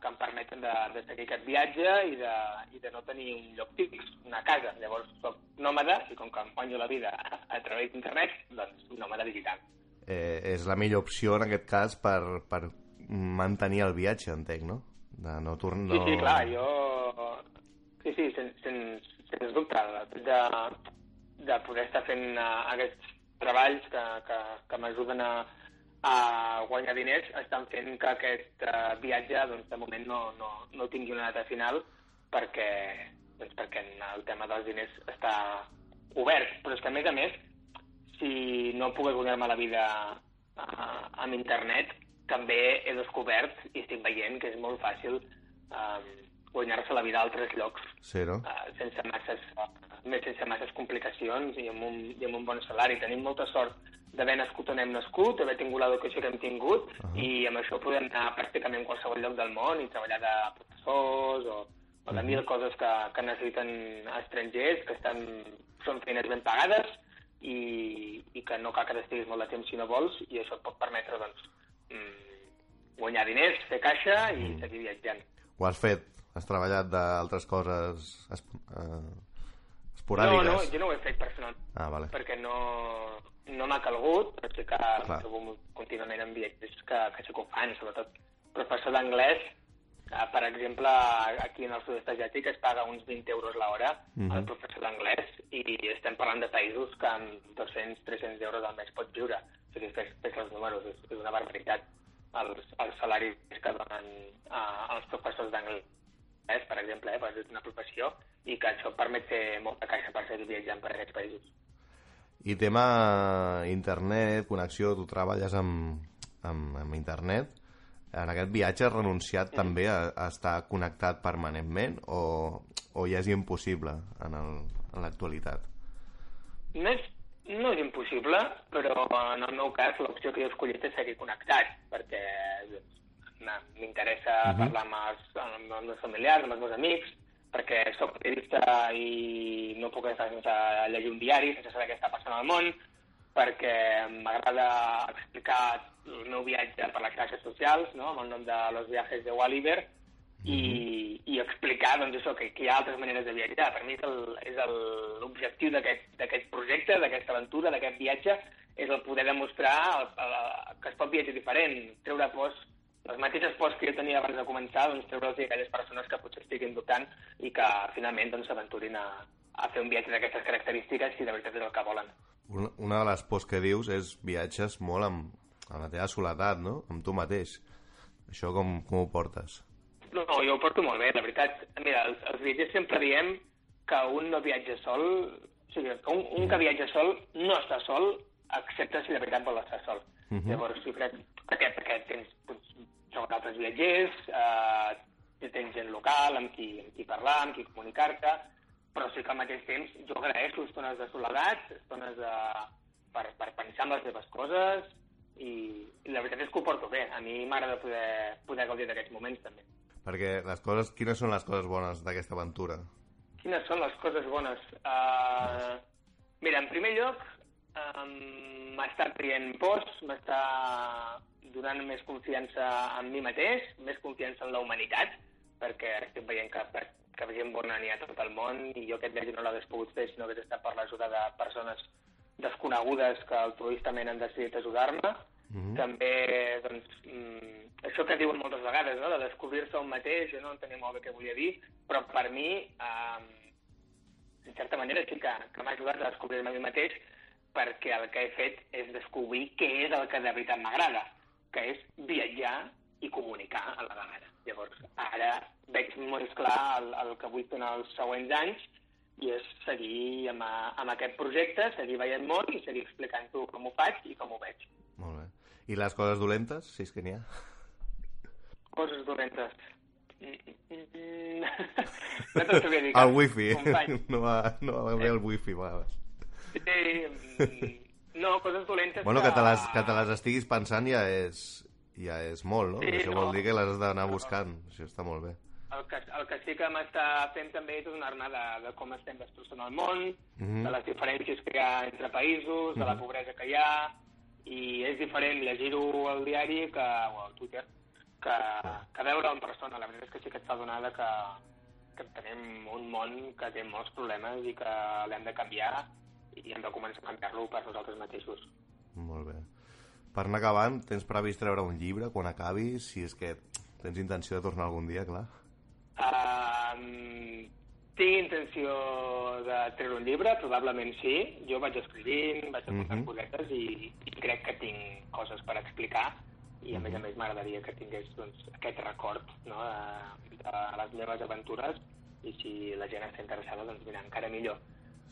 Speaker 7: que em permeten de, de seguir aquest viatge i de, i de no tenir un lloc fix, una casa. Llavors soc nòmada i com que em guanyo la vida a, a través d'internet, doncs nòmada digital.
Speaker 2: Eh, és la millor opció, en aquest cas, per, per mantenir el viatge, entenc, no? De no tornar...
Speaker 7: Sí, sí, clar, jo... Sí, sí, sens, sens, sens dubte. El fet De, de poder estar fent uh, aquests treballs que, que, que m'ajuden a, a guanyar diners estan fent que aquest uh, viatge doncs, de moment no, no, no tingui una data final perquè, doncs, perquè el tema dels diners està obert. Però és que, a més a més, si no pogués guanyar-me la vida uh, amb internet, també he descobert i estic veient que és molt fàcil um, guanyar-se la vida a altres llocs
Speaker 2: Sí, no?
Speaker 7: eh, sense masses, eh, més sense masses complicacions i amb, un, i amb un bon salari. Tenim molta sort d'haver nascut on hem nascut, d'haver tingut l'educació que hem tingut uh -huh. i amb això podem anar a pràcticament a qualsevol lloc del món i treballar de professors o, o de uh -huh. mil coses que, que necessiten estrangers, que estan, són feines ben pagades i, i que no cal que t'estiguis molt de temps si no vols i això et pot permetre doncs, mm, guanyar diners, fer caixa i seguir viatjant.
Speaker 2: Ho has fet? Has treballat d'altres coses espo eh,
Speaker 7: No,
Speaker 2: esporàdiques?
Speaker 7: no, jo no ho he fet personalment.
Speaker 2: Ah, vale.
Speaker 7: perquè no, no m'ha calgut, però sí que
Speaker 2: Clar.
Speaker 7: trobo molt- contínuament en viatges que, que sí que ho fan, sobretot professor d'anglès, eh, per exemple, aquí en el sud-est asiàtic es paga uns 20 euros l'hora mm
Speaker 2: Mhm.
Speaker 7: -hmm. al professor d'anglès i estem parlant de països que amb 200-300 euros al mes pots viure. O sigui, fes, fes els números, és, és una barbaritat els, els salaris que donen eh, als professors d'anglès eh, per exemple, eh, per dir una professió, i que això et permet fer molta caixa per seguir viatjant per aquests països.
Speaker 2: I tema eh, internet, connexió, tu treballes amb, amb, amb internet. En aquest viatge has renunciat també a, a estar connectat permanentment o, o ja és impossible en el- en l'actualitat?
Speaker 7: No és, no és impossible, però en el meu cas l'opció que jo he escollit és seguir connectat, perquè doncs, na- m'interessa uh -huh. parlar amb els, amb els meus familiars, amb els meus amics, perquè sóc periodista i no puc estar sense llegir un diari, sense saber què està passant al món, perquè m'agrada explicar el meu viatge per les xarxes socials, no? amb el nom de Los viajes de Walliver, i, i explicar doncs, això, que, que hi ha altres maneres de viatjar. Per mi és el- és el- l'objectiu d'aquest d'aquest projecte, d'aquesta aventura, d'aquest viatge, és el poder demostrar el, el, que es pot viatjar diferent, treure pors, les mateixes pors que jo tenia abans de començar, doncs treure'ls a aquelles persones que potser estiguin dubtant i que finalment doncs, s'aventurin a, a fer un viatge d'aquestes característiques si de veritat és el que volen.
Speaker 2: Una, una de les pors que dius és viatges molt amb, amb la teva soledat, no? Amb tu mateix. Això com, com ho portes?
Speaker 7: No, no, jo ho porto molt bé, la veritat. Mira, els, els viatgers sempre diem que un no viatja sol, o sigui, que un, un que viatja sol no està sol, excepte si de veritat vol estar sol. Uh -huh. Llavors, jo crec que perquè tens doncs, segons altres viatgers, eh, tens gent local amb qui, amb qui parlar, amb qui comunicar-te, però sí que al mateix temps jo agraeixo estones de soledat, estones de, per, per pensar en les meves coses, i la veritat és que ho porto bé. A mi m'agrada poder, poder gaudir d'aquests moments, també.
Speaker 2: Perquè les coses... Quines són les coses bones d'aquesta aventura?
Speaker 7: Quines són les coses bones? Uh, mira, en primer lloc, um, m'ha estat rient post, m'està donant més confiança en mi mateix, més confiança en la humanitat, perquè estic veient que, que gent bona n'hi ha a tot el món i jo aquest viatge no l'hagués pogut fer si no hagués estat per l'ajuda de persones desconegudes que altruistament han decidit ajudar-me. Mm -hmm. També, doncs, mm, això que diuen moltes vegades, no? de descobrir-se un mateix, jo no tenia molt bé què volia dir, però per mi, eh, en certa manera, sí que, que m'ha ajudat a descobrir-me a mi mateix, perquè el que he fet és descobrir què és el que de veritat m'agrada, que és viatjar i comunicar a la vegada. Llavors, ara veig molt clar el, el que vull fer en els següents anys, i és seguir amb, a, amb aquest projecte, seguir veient molt i seguir explicant-ho com ho faig i com ho veig.
Speaker 2: Molt bé. I les coses dolentes, si és que n'hi ha?
Speaker 7: Coses dolentes. Mm, mm, mm. no t'ho sabia dir.
Speaker 2: El wifi.
Speaker 7: company.
Speaker 2: No va, no va bé el wifi, va.
Speaker 7: Sí, mm, no, coses dolentes...
Speaker 2: Bueno, que te les, que te les estiguis pensant ja és, ja és molt, no?
Speaker 7: Ah. Sí,
Speaker 2: Això vol
Speaker 7: no.
Speaker 2: dir que les has d'anar buscant. Això està molt bé.
Speaker 7: El que, el que sí que m'està fent també és donar-me de, de com estem destruint el món,
Speaker 2: Mhm.
Speaker 7: de les diferències que hi ha entre països, de la pobresa que hi ha, i és diferent llegir-ho al diari que, o al Twitter que, que veure en persona. La veritat és que sí que està donada que, que tenim un món que té molts problemes i que l'hem de canviar i hem de començar a canviar-lo per nosaltres mateixos.
Speaker 2: Molt bé. Per anar acabant, tens previst treure un llibre quan acabis? Si és que tens intenció de tornar algun dia, clar.
Speaker 7: Um, tinc intenció de treure un llibre, probablement sí. Jo vaig escrivint, vaig apuntant
Speaker 2: Mhm.
Speaker 7: cosetes i, i crec que tinc coses per explicar i a més a
Speaker 2: Mhm.
Speaker 7: més m'agradaria que tingués doncs, aquest record no, de, de les meves aventures i si la gent està interessada, doncs mira, encara millor.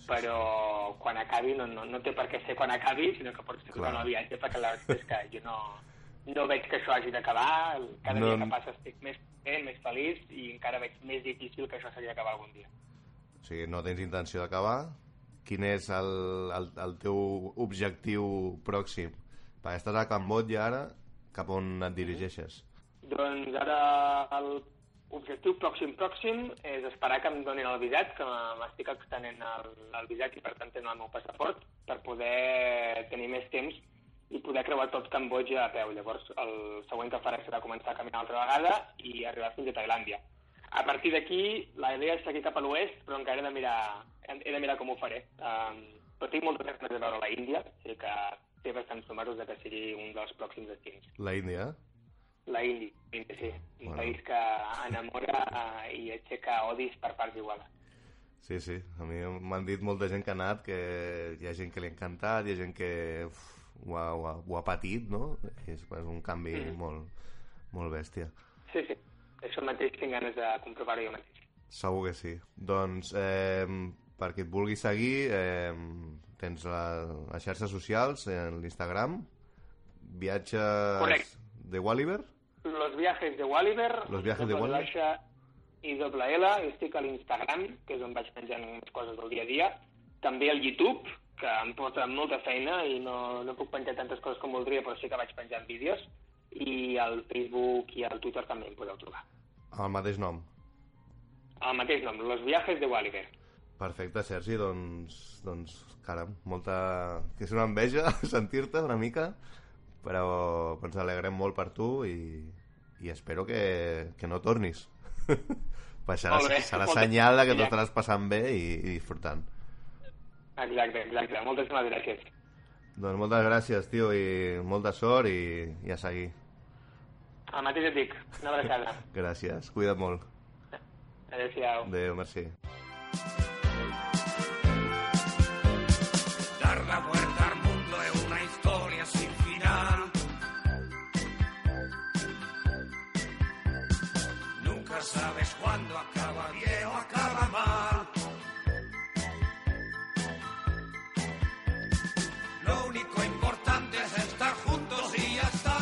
Speaker 7: Però quan acabi, no, no, no té per què ser quan acabi, sinó que pot ser
Speaker 2: Clar.
Speaker 7: quan no viatge, perquè la veritat és que jo no, no veig que això hagi d'acabar, cada
Speaker 2: No,
Speaker 7: dia
Speaker 2: no.
Speaker 7: que passa estic més content, més feliç i encara veig més difícil que això s'hagi d'acabar algun dia.
Speaker 2: O sigui, no tens intenció d'acabar. Quin és el, el, el teu objectiu pròxim? Perquè estàs a Cambotja ara, cap on et dirigeixes?
Speaker 7: Doncs ara el objectiu pròxim pròxim és esperar que em donin el visat, que m'estic extenent el, el visat i per tant tenen el meu passaport per poder tenir més temps i poder creuar tot Cambodja a peu. Llavors, el següent que faré serà començar a caminar altra vegada i arribar fins a Tailàndia. A partir d'aquí, la idea és seguir cap a l'oest, però encara he de mirar, he de mirar com ho faré. Um, però tinc moltes ganes de veure la Índia, o sigui que té bastants números de que sigui un dels pròxims destins.
Speaker 2: La Índia?
Speaker 7: La Índia, sí. Un
Speaker 2: Bueno.
Speaker 7: país que enamora eh, i aixeca odis per parts iguals.
Speaker 2: Sí, sí. A mi m'han dit molta gent que ha anat, que hi ha gent que li ha encantat, hi ha gent que uf, ho, ha, ho, ha, ho ha patit, no? És, és un canvi
Speaker 7: Mm.
Speaker 2: molt, molt bèstia.
Speaker 7: Sí, sí. Això mateix tinc ganes de comprovar-ho jo mateix.
Speaker 2: Segur que sí. Doncs, eh, per qui et vulgui seguir, eh, tens la, les xarxes socials, en l'Instagram, viatges
Speaker 7: Correcte.
Speaker 2: de Walliver,
Speaker 7: Los viajes de Walliver.
Speaker 2: Los viajes de Walliver.
Speaker 7: I doble L, i estic a l'Instagram, que és on vaig penjant les coses del dia a dia. També al YouTube, que em porta molta feina i no, no puc penjar tantes coses com voldria, però sí que vaig penjant vídeos. I al Facebook i al Twitter també em podeu trobar.
Speaker 2: amb el mateix nom.
Speaker 7: El mateix nom, Los viajes de Walliver.
Speaker 2: Perfecte, Sergi, doncs, doncs caram, molta... que és una enveja sentir-te una mica, però ens alegrem molt per tu i, i espero que, que no tornis. Perquè serà,
Speaker 7: Molt bé.
Speaker 2: serà
Speaker 7: Moltes-
Speaker 2: senyal de que t'ho
Speaker 7: Ja.
Speaker 2: estaràs passant bé i, i disfrutant.
Speaker 7: Exacte, exacte. Moltes gràcies.
Speaker 2: Doncs moltes gràcies, tio, i molta sort i, i a seguir.
Speaker 7: El mateix et dic. Una abraçada.
Speaker 2: Gràcies, cuida't molt.
Speaker 7: Adéu-siau.
Speaker 2: Adéu, merci.
Speaker 5: Dar la vuelta al mundo es una historia sin final. Nunca sabes cuándo acaba bien o acaba mal. Lo único importante es estar juntos y ya está.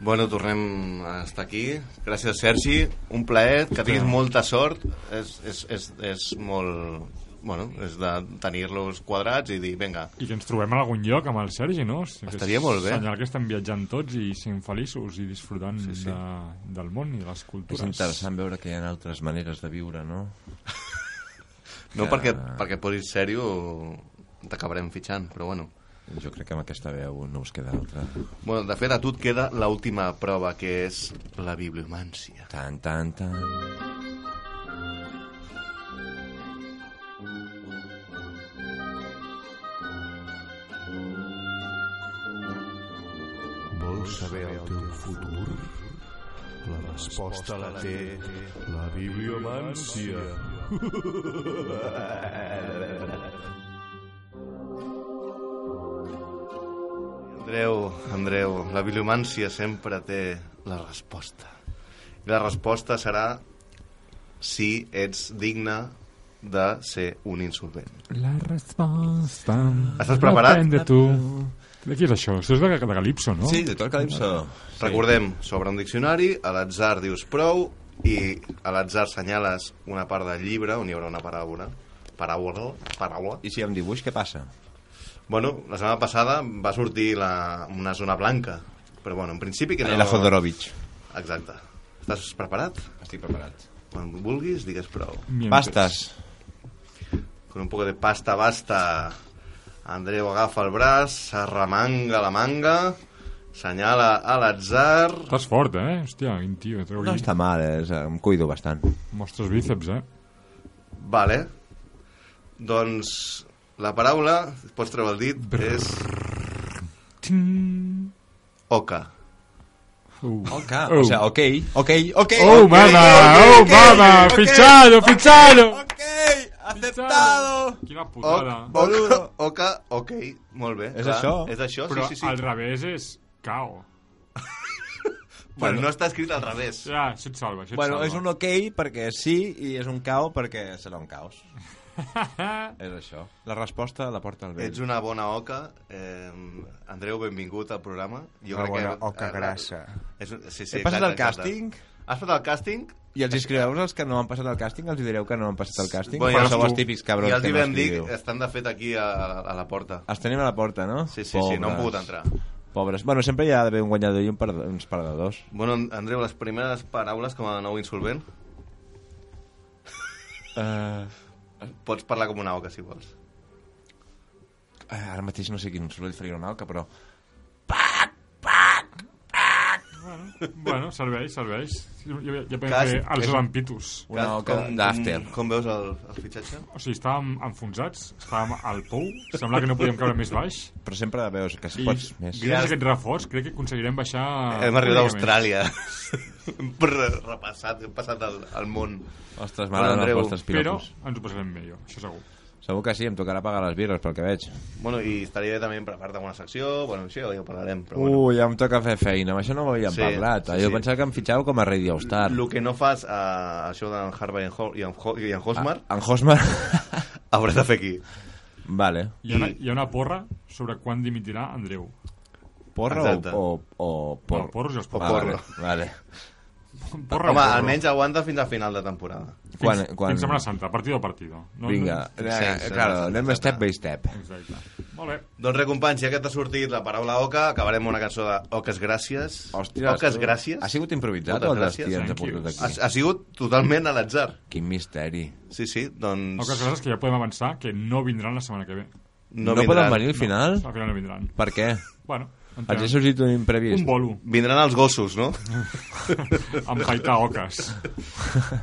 Speaker 2: Bueno, tornem a estar aquí. Gràcies, Sergi. Un plaer, que tinguis molta sort. És, és, és, és molt, bueno, és de tenir-los quadrats i dir, vinga,
Speaker 4: I que ens trobem en algun lloc amb el Sergi, no? Si- que
Speaker 2: Estaria molt bé.
Speaker 4: Senyal que estan viatjant tots i sent feliços i disfrutant sí,
Speaker 2: sí.
Speaker 4: sí. De, del món i de les
Speaker 3: És
Speaker 4: cultures.
Speaker 3: interessant veure que hi ha altres maneres de viure, no?
Speaker 2: no
Speaker 3: Ja.
Speaker 2: perquè, perquè et posis sèrio t'acabarem fitxant, però bueno.
Speaker 3: Jo crec que amb aquesta veu no us queda altra.
Speaker 2: Bueno, de fet, a tu et queda l'última prova, que és la bibliomància.
Speaker 3: Tan, tan, tan...
Speaker 8: Vols saber el teu futur? La resposta la té la bibliomància.
Speaker 2: Andreu, Andreu, la bibliomància sempre té la resposta. I la resposta serà si ets digne de ser un insolvent.
Speaker 4: La resposta...
Speaker 2: Estàs preparat?
Speaker 4: Depèn de tu. De qui és això? Això és de, de Galipso, no?
Speaker 3: Sí, de tot el Calipso.
Speaker 2: Sí. Recordem, sobre un diccionari, a l'atzar dius prou i a l'atzar senyales una part del llibre on hi haurà una paràbola. Paràbola? Paraula.
Speaker 3: I si amb dibuix, què passa?
Speaker 2: Bueno, la setmana passada va sortir la, una zona blanca, però bueno, en principi... Que no...
Speaker 3: Era Jodorowicz.
Speaker 2: Exacte. Estàs preparat?
Speaker 3: Estic preparat.
Speaker 2: Quan vulguis, digues prou.
Speaker 4: Mientras.
Speaker 3: Pastes.
Speaker 2: Con un poco de pasta, basta. Andreu agafa el braç, s'arremanga la manga, senyala a l'atzar...
Speaker 4: Estàs fort, eh? Hòstia, quin tio. Treu
Speaker 3: No
Speaker 4: aquí.
Speaker 3: està mal, eh? és, eh, em cuido bastant.
Speaker 4: Mostres bíceps, eh?
Speaker 2: Vale. Doncs la paraula, pots treure el dit, és
Speaker 4: Ting.
Speaker 2: oca.
Speaker 4: Uh.
Speaker 3: Ok,
Speaker 4: Oh.
Speaker 3: o sea, ok, ok, ok.
Speaker 4: Oh,
Speaker 3: ok,
Speaker 4: mama,
Speaker 3: ok,
Speaker 4: oh,
Speaker 3: ok,
Speaker 4: mama,
Speaker 3: ok,
Speaker 4: fichado,
Speaker 3: ok,
Speaker 4: fichado.
Speaker 3: Ok, aceptado.
Speaker 4: Quina
Speaker 2: Oc,
Speaker 4: putada.
Speaker 2: oca, oca, ok, molt bé.
Speaker 3: És això?
Speaker 2: És això,
Speaker 4: Però
Speaker 2: sí, sí, sí.
Speaker 4: al revés és cao.
Speaker 2: Bueno, no està escrit al revés.
Speaker 4: Ja, això et salva, això et
Speaker 3: Bueno,
Speaker 4: salva.
Speaker 3: és un ok perquè sí i és un cao perquè serà un caos. és això. La resposta la porta el vell.
Speaker 2: Ets una bona oca. Eh, Andreu, benvingut al programa. Jo
Speaker 5: Una
Speaker 2: crec
Speaker 5: bona
Speaker 2: que,
Speaker 5: oca
Speaker 2: eh,
Speaker 5: grassa.
Speaker 2: És, un- sí, sí,
Speaker 3: He
Speaker 2: exacte,
Speaker 3: passat el
Speaker 2: exacte.
Speaker 3: càsting
Speaker 2: Has passat el càsting?
Speaker 3: i els inscriveu els que no han passat el càsting, els direu que no han passat el càsting,
Speaker 2: Bueno,
Speaker 3: bueno, però
Speaker 2: ja
Speaker 3: sou
Speaker 2: els-
Speaker 3: els típics cabrons
Speaker 2: ja els
Speaker 3: que
Speaker 2: hi
Speaker 3: no
Speaker 2: vam dir,
Speaker 3: escriviu.
Speaker 2: que estan de fet aquí a, a, a la porta.
Speaker 3: Els tenim a la porta, no?
Speaker 2: Sí, sí, sí, no han pogut entrar.
Speaker 3: Pobres. Bueno, sempre hi ha d'haver un guanyador i un perd uns perdedors.
Speaker 2: Bueno, Andreu, les primeres paraules com a nou insolvent.
Speaker 3: Uh,
Speaker 2: Pots parlar com una oca, si vols.
Speaker 3: eh, ara mateix no sé quin soroll faria una alca, però...
Speaker 4: Bueno, serveix, serveix. Jo, jo, jo penso
Speaker 2: Cas- que
Speaker 4: que
Speaker 2: és
Speaker 4: els
Speaker 2: un-
Speaker 4: lampitos.
Speaker 3: Una
Speaker 2: Com-
Speaker 3: oca
Speaker 2: com-
Speaker 3: d'after.
Speaker 2: Com, com veus el, el fitxatge?
Speaker 4: O sigui, estàvem enfonsats, estàvem al pou, semblava que no podíem caure més baix.
Speaker 3: Però sempre veus que es
Speaker 4: I
Speaker 3: pots més.
Speaker 4: gràcies a aquest reforç crec que aconseguirem baixar...
Speaker 3: Ah,
Speaker 2: Hem arribat a
Speaker 4: una mica
Speaker 2: Austràlia. hem re- repassat, hem passat el, el món.
Speaker 3: Ostres, m'agraden
Speaker 2: Andreu,
Speaker 3: els vostres
Speaker 4: més. Però
Speaker 3: pilotos.
Speaker 4: ens ho passarem bé, jo, això segur.
Speaker 3: Segur que sí, em tocarà pagar les birres, pel que veig.
Speaker 2: Bueno, i estaria bé també preparar-te alguna secció, bueno, això ja ho parlarem, però bueno.
Speaker 3: Ui, Uh, ja em toca fer feina, amb això no m'havien
Speaker 2: Sí,
Speaker 3: sí, parlat.
Speaker 2: sí,
Speaker 3: jo
Speaker 2: sí.
Speaker 3: pensava que em fitxàveu com a Radio Star.
Speaker 2: El que no fas a això d'en Harvey i en, Ho i en, Ho i en Hosmer,
Speaker 3: Ah, En Hosmer? Ah.
Speaker 2: hauràs de fer aquí.
Speaker 3: vale.
Speaker 4: Hi ha, una, hi ha una porra sobre quan dimitirà Andreu.
Speaker 3: Porro
Speaker 2: Exacte.
Speaker 3: o, o, o por...
Speaker 4: No, porros i els
Speaker 3: Vale,
Speaker 4: porros.
Speaker 2: porro.
Speaker 3: Vale.
Speaker 4: Porra,
Speaker 2: Home,
Speaker 4: porro.
Speaker 2: almenys aguanta fins a final de temporada.
Speaker 4: Fins,
Speaker 3: Quan, quan...
Speaker 4: fins Setmana Santa, partido a partido. No,
Speaker 3: Vinga,
Speaker 2: Sí,
Speaker 3: eh,
Speaker 2: sí,
Speaker 3: claro,
Speaker 2: sí,
Speaker 3: anem
Speaker 2: sí,
Speaker 3: step
Speaker 2: sí.
Speaker 3: by step.
Speaker 4: No, exacte. Molt bé.
Speaker 2: Doncs res, companys, ja que t'ha sortit la paraula oca, acabarem amb una cançó de Oques Gràcies. Oques
Speaker 3: tu-
Speaker 2: Gràcies.
Speaker 3: Ha sigut improvisat
Speaker 2: Moltes
Speaker 3: o els
Speaker 2: gràcies.
Speaker 3: tia ens ha
Speaker 4: Thank you.
Speaker 3: portat
Speaker 2: Ha,
Speaker 3: aquí?
Speaker 2: ha sigut totalment a l'atzar.
Speaker 3: Quin misteri.
Speaker 2: Sí, sí,
Speaker 4: El
Speaker 2: doncs...
Speaker 4: que és gràcies és que ja podem avançar que no vindran la setmana que ve.
Speaker 3: No,
Speaker 2: vindran.
Speaker 3: poden venir al final?
Speaker 4: Al final no vindran.
Speaker 3: Per què?
Speaker 4: Bueno,
Speaker 3: Els he
Speaker 4: entenem.
Speaker 3: sortit un imprevist.
Speaker 4: Un bolo
Speaker 2: Vindran els gossos, no?
Speaker 4: amb paita oques.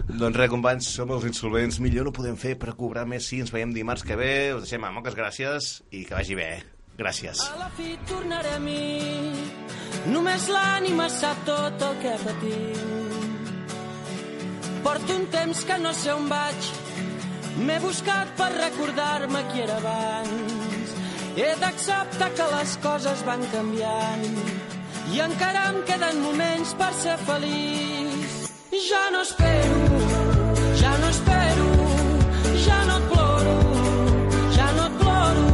Speaker 2: doncs res, companys, som els insolvents. Millor no podem fer per cobrar més si ens veiem dimarts que ve. Us deixem amb Oques Gràcies i que vagi bé. eh? Gràcies.
Speaker 9: A la fi tornaré a mi, només l'ànima sap tot el que patim. Porto un temps que no sé on vaig, m'he buscat per recordar-me qui era abans. He d'acceptar que les coses van canviant i encara em queden moments per ser feliç. Ja no espero, ja no espero, ja no et ploro, ja no et ploro,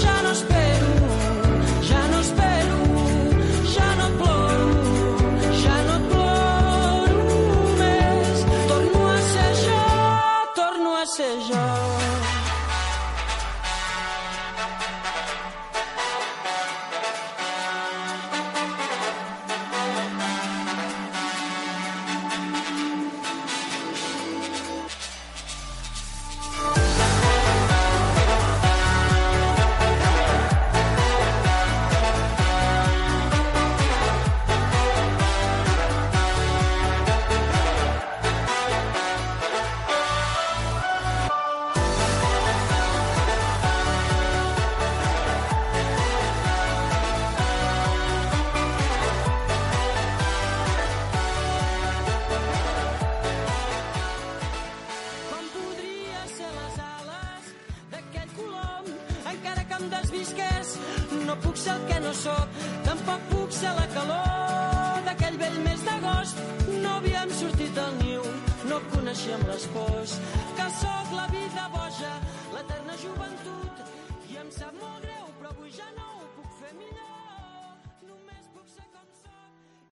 Speaker 9: ja no espero, ja no espero, ja no et ploro, ja no et ploro més. Torno a ser jo, torno a ser jo. que em desvisqués. No puc ser el que no sóc, tampoc puc ser la calor d'aquell vell mes d'agost. No havíem sortit del niu, no coneixíem les pors, que sóc la vida boja, l'eterna joventut. I em sap molt greu, però avui ja no ho puc fer millor.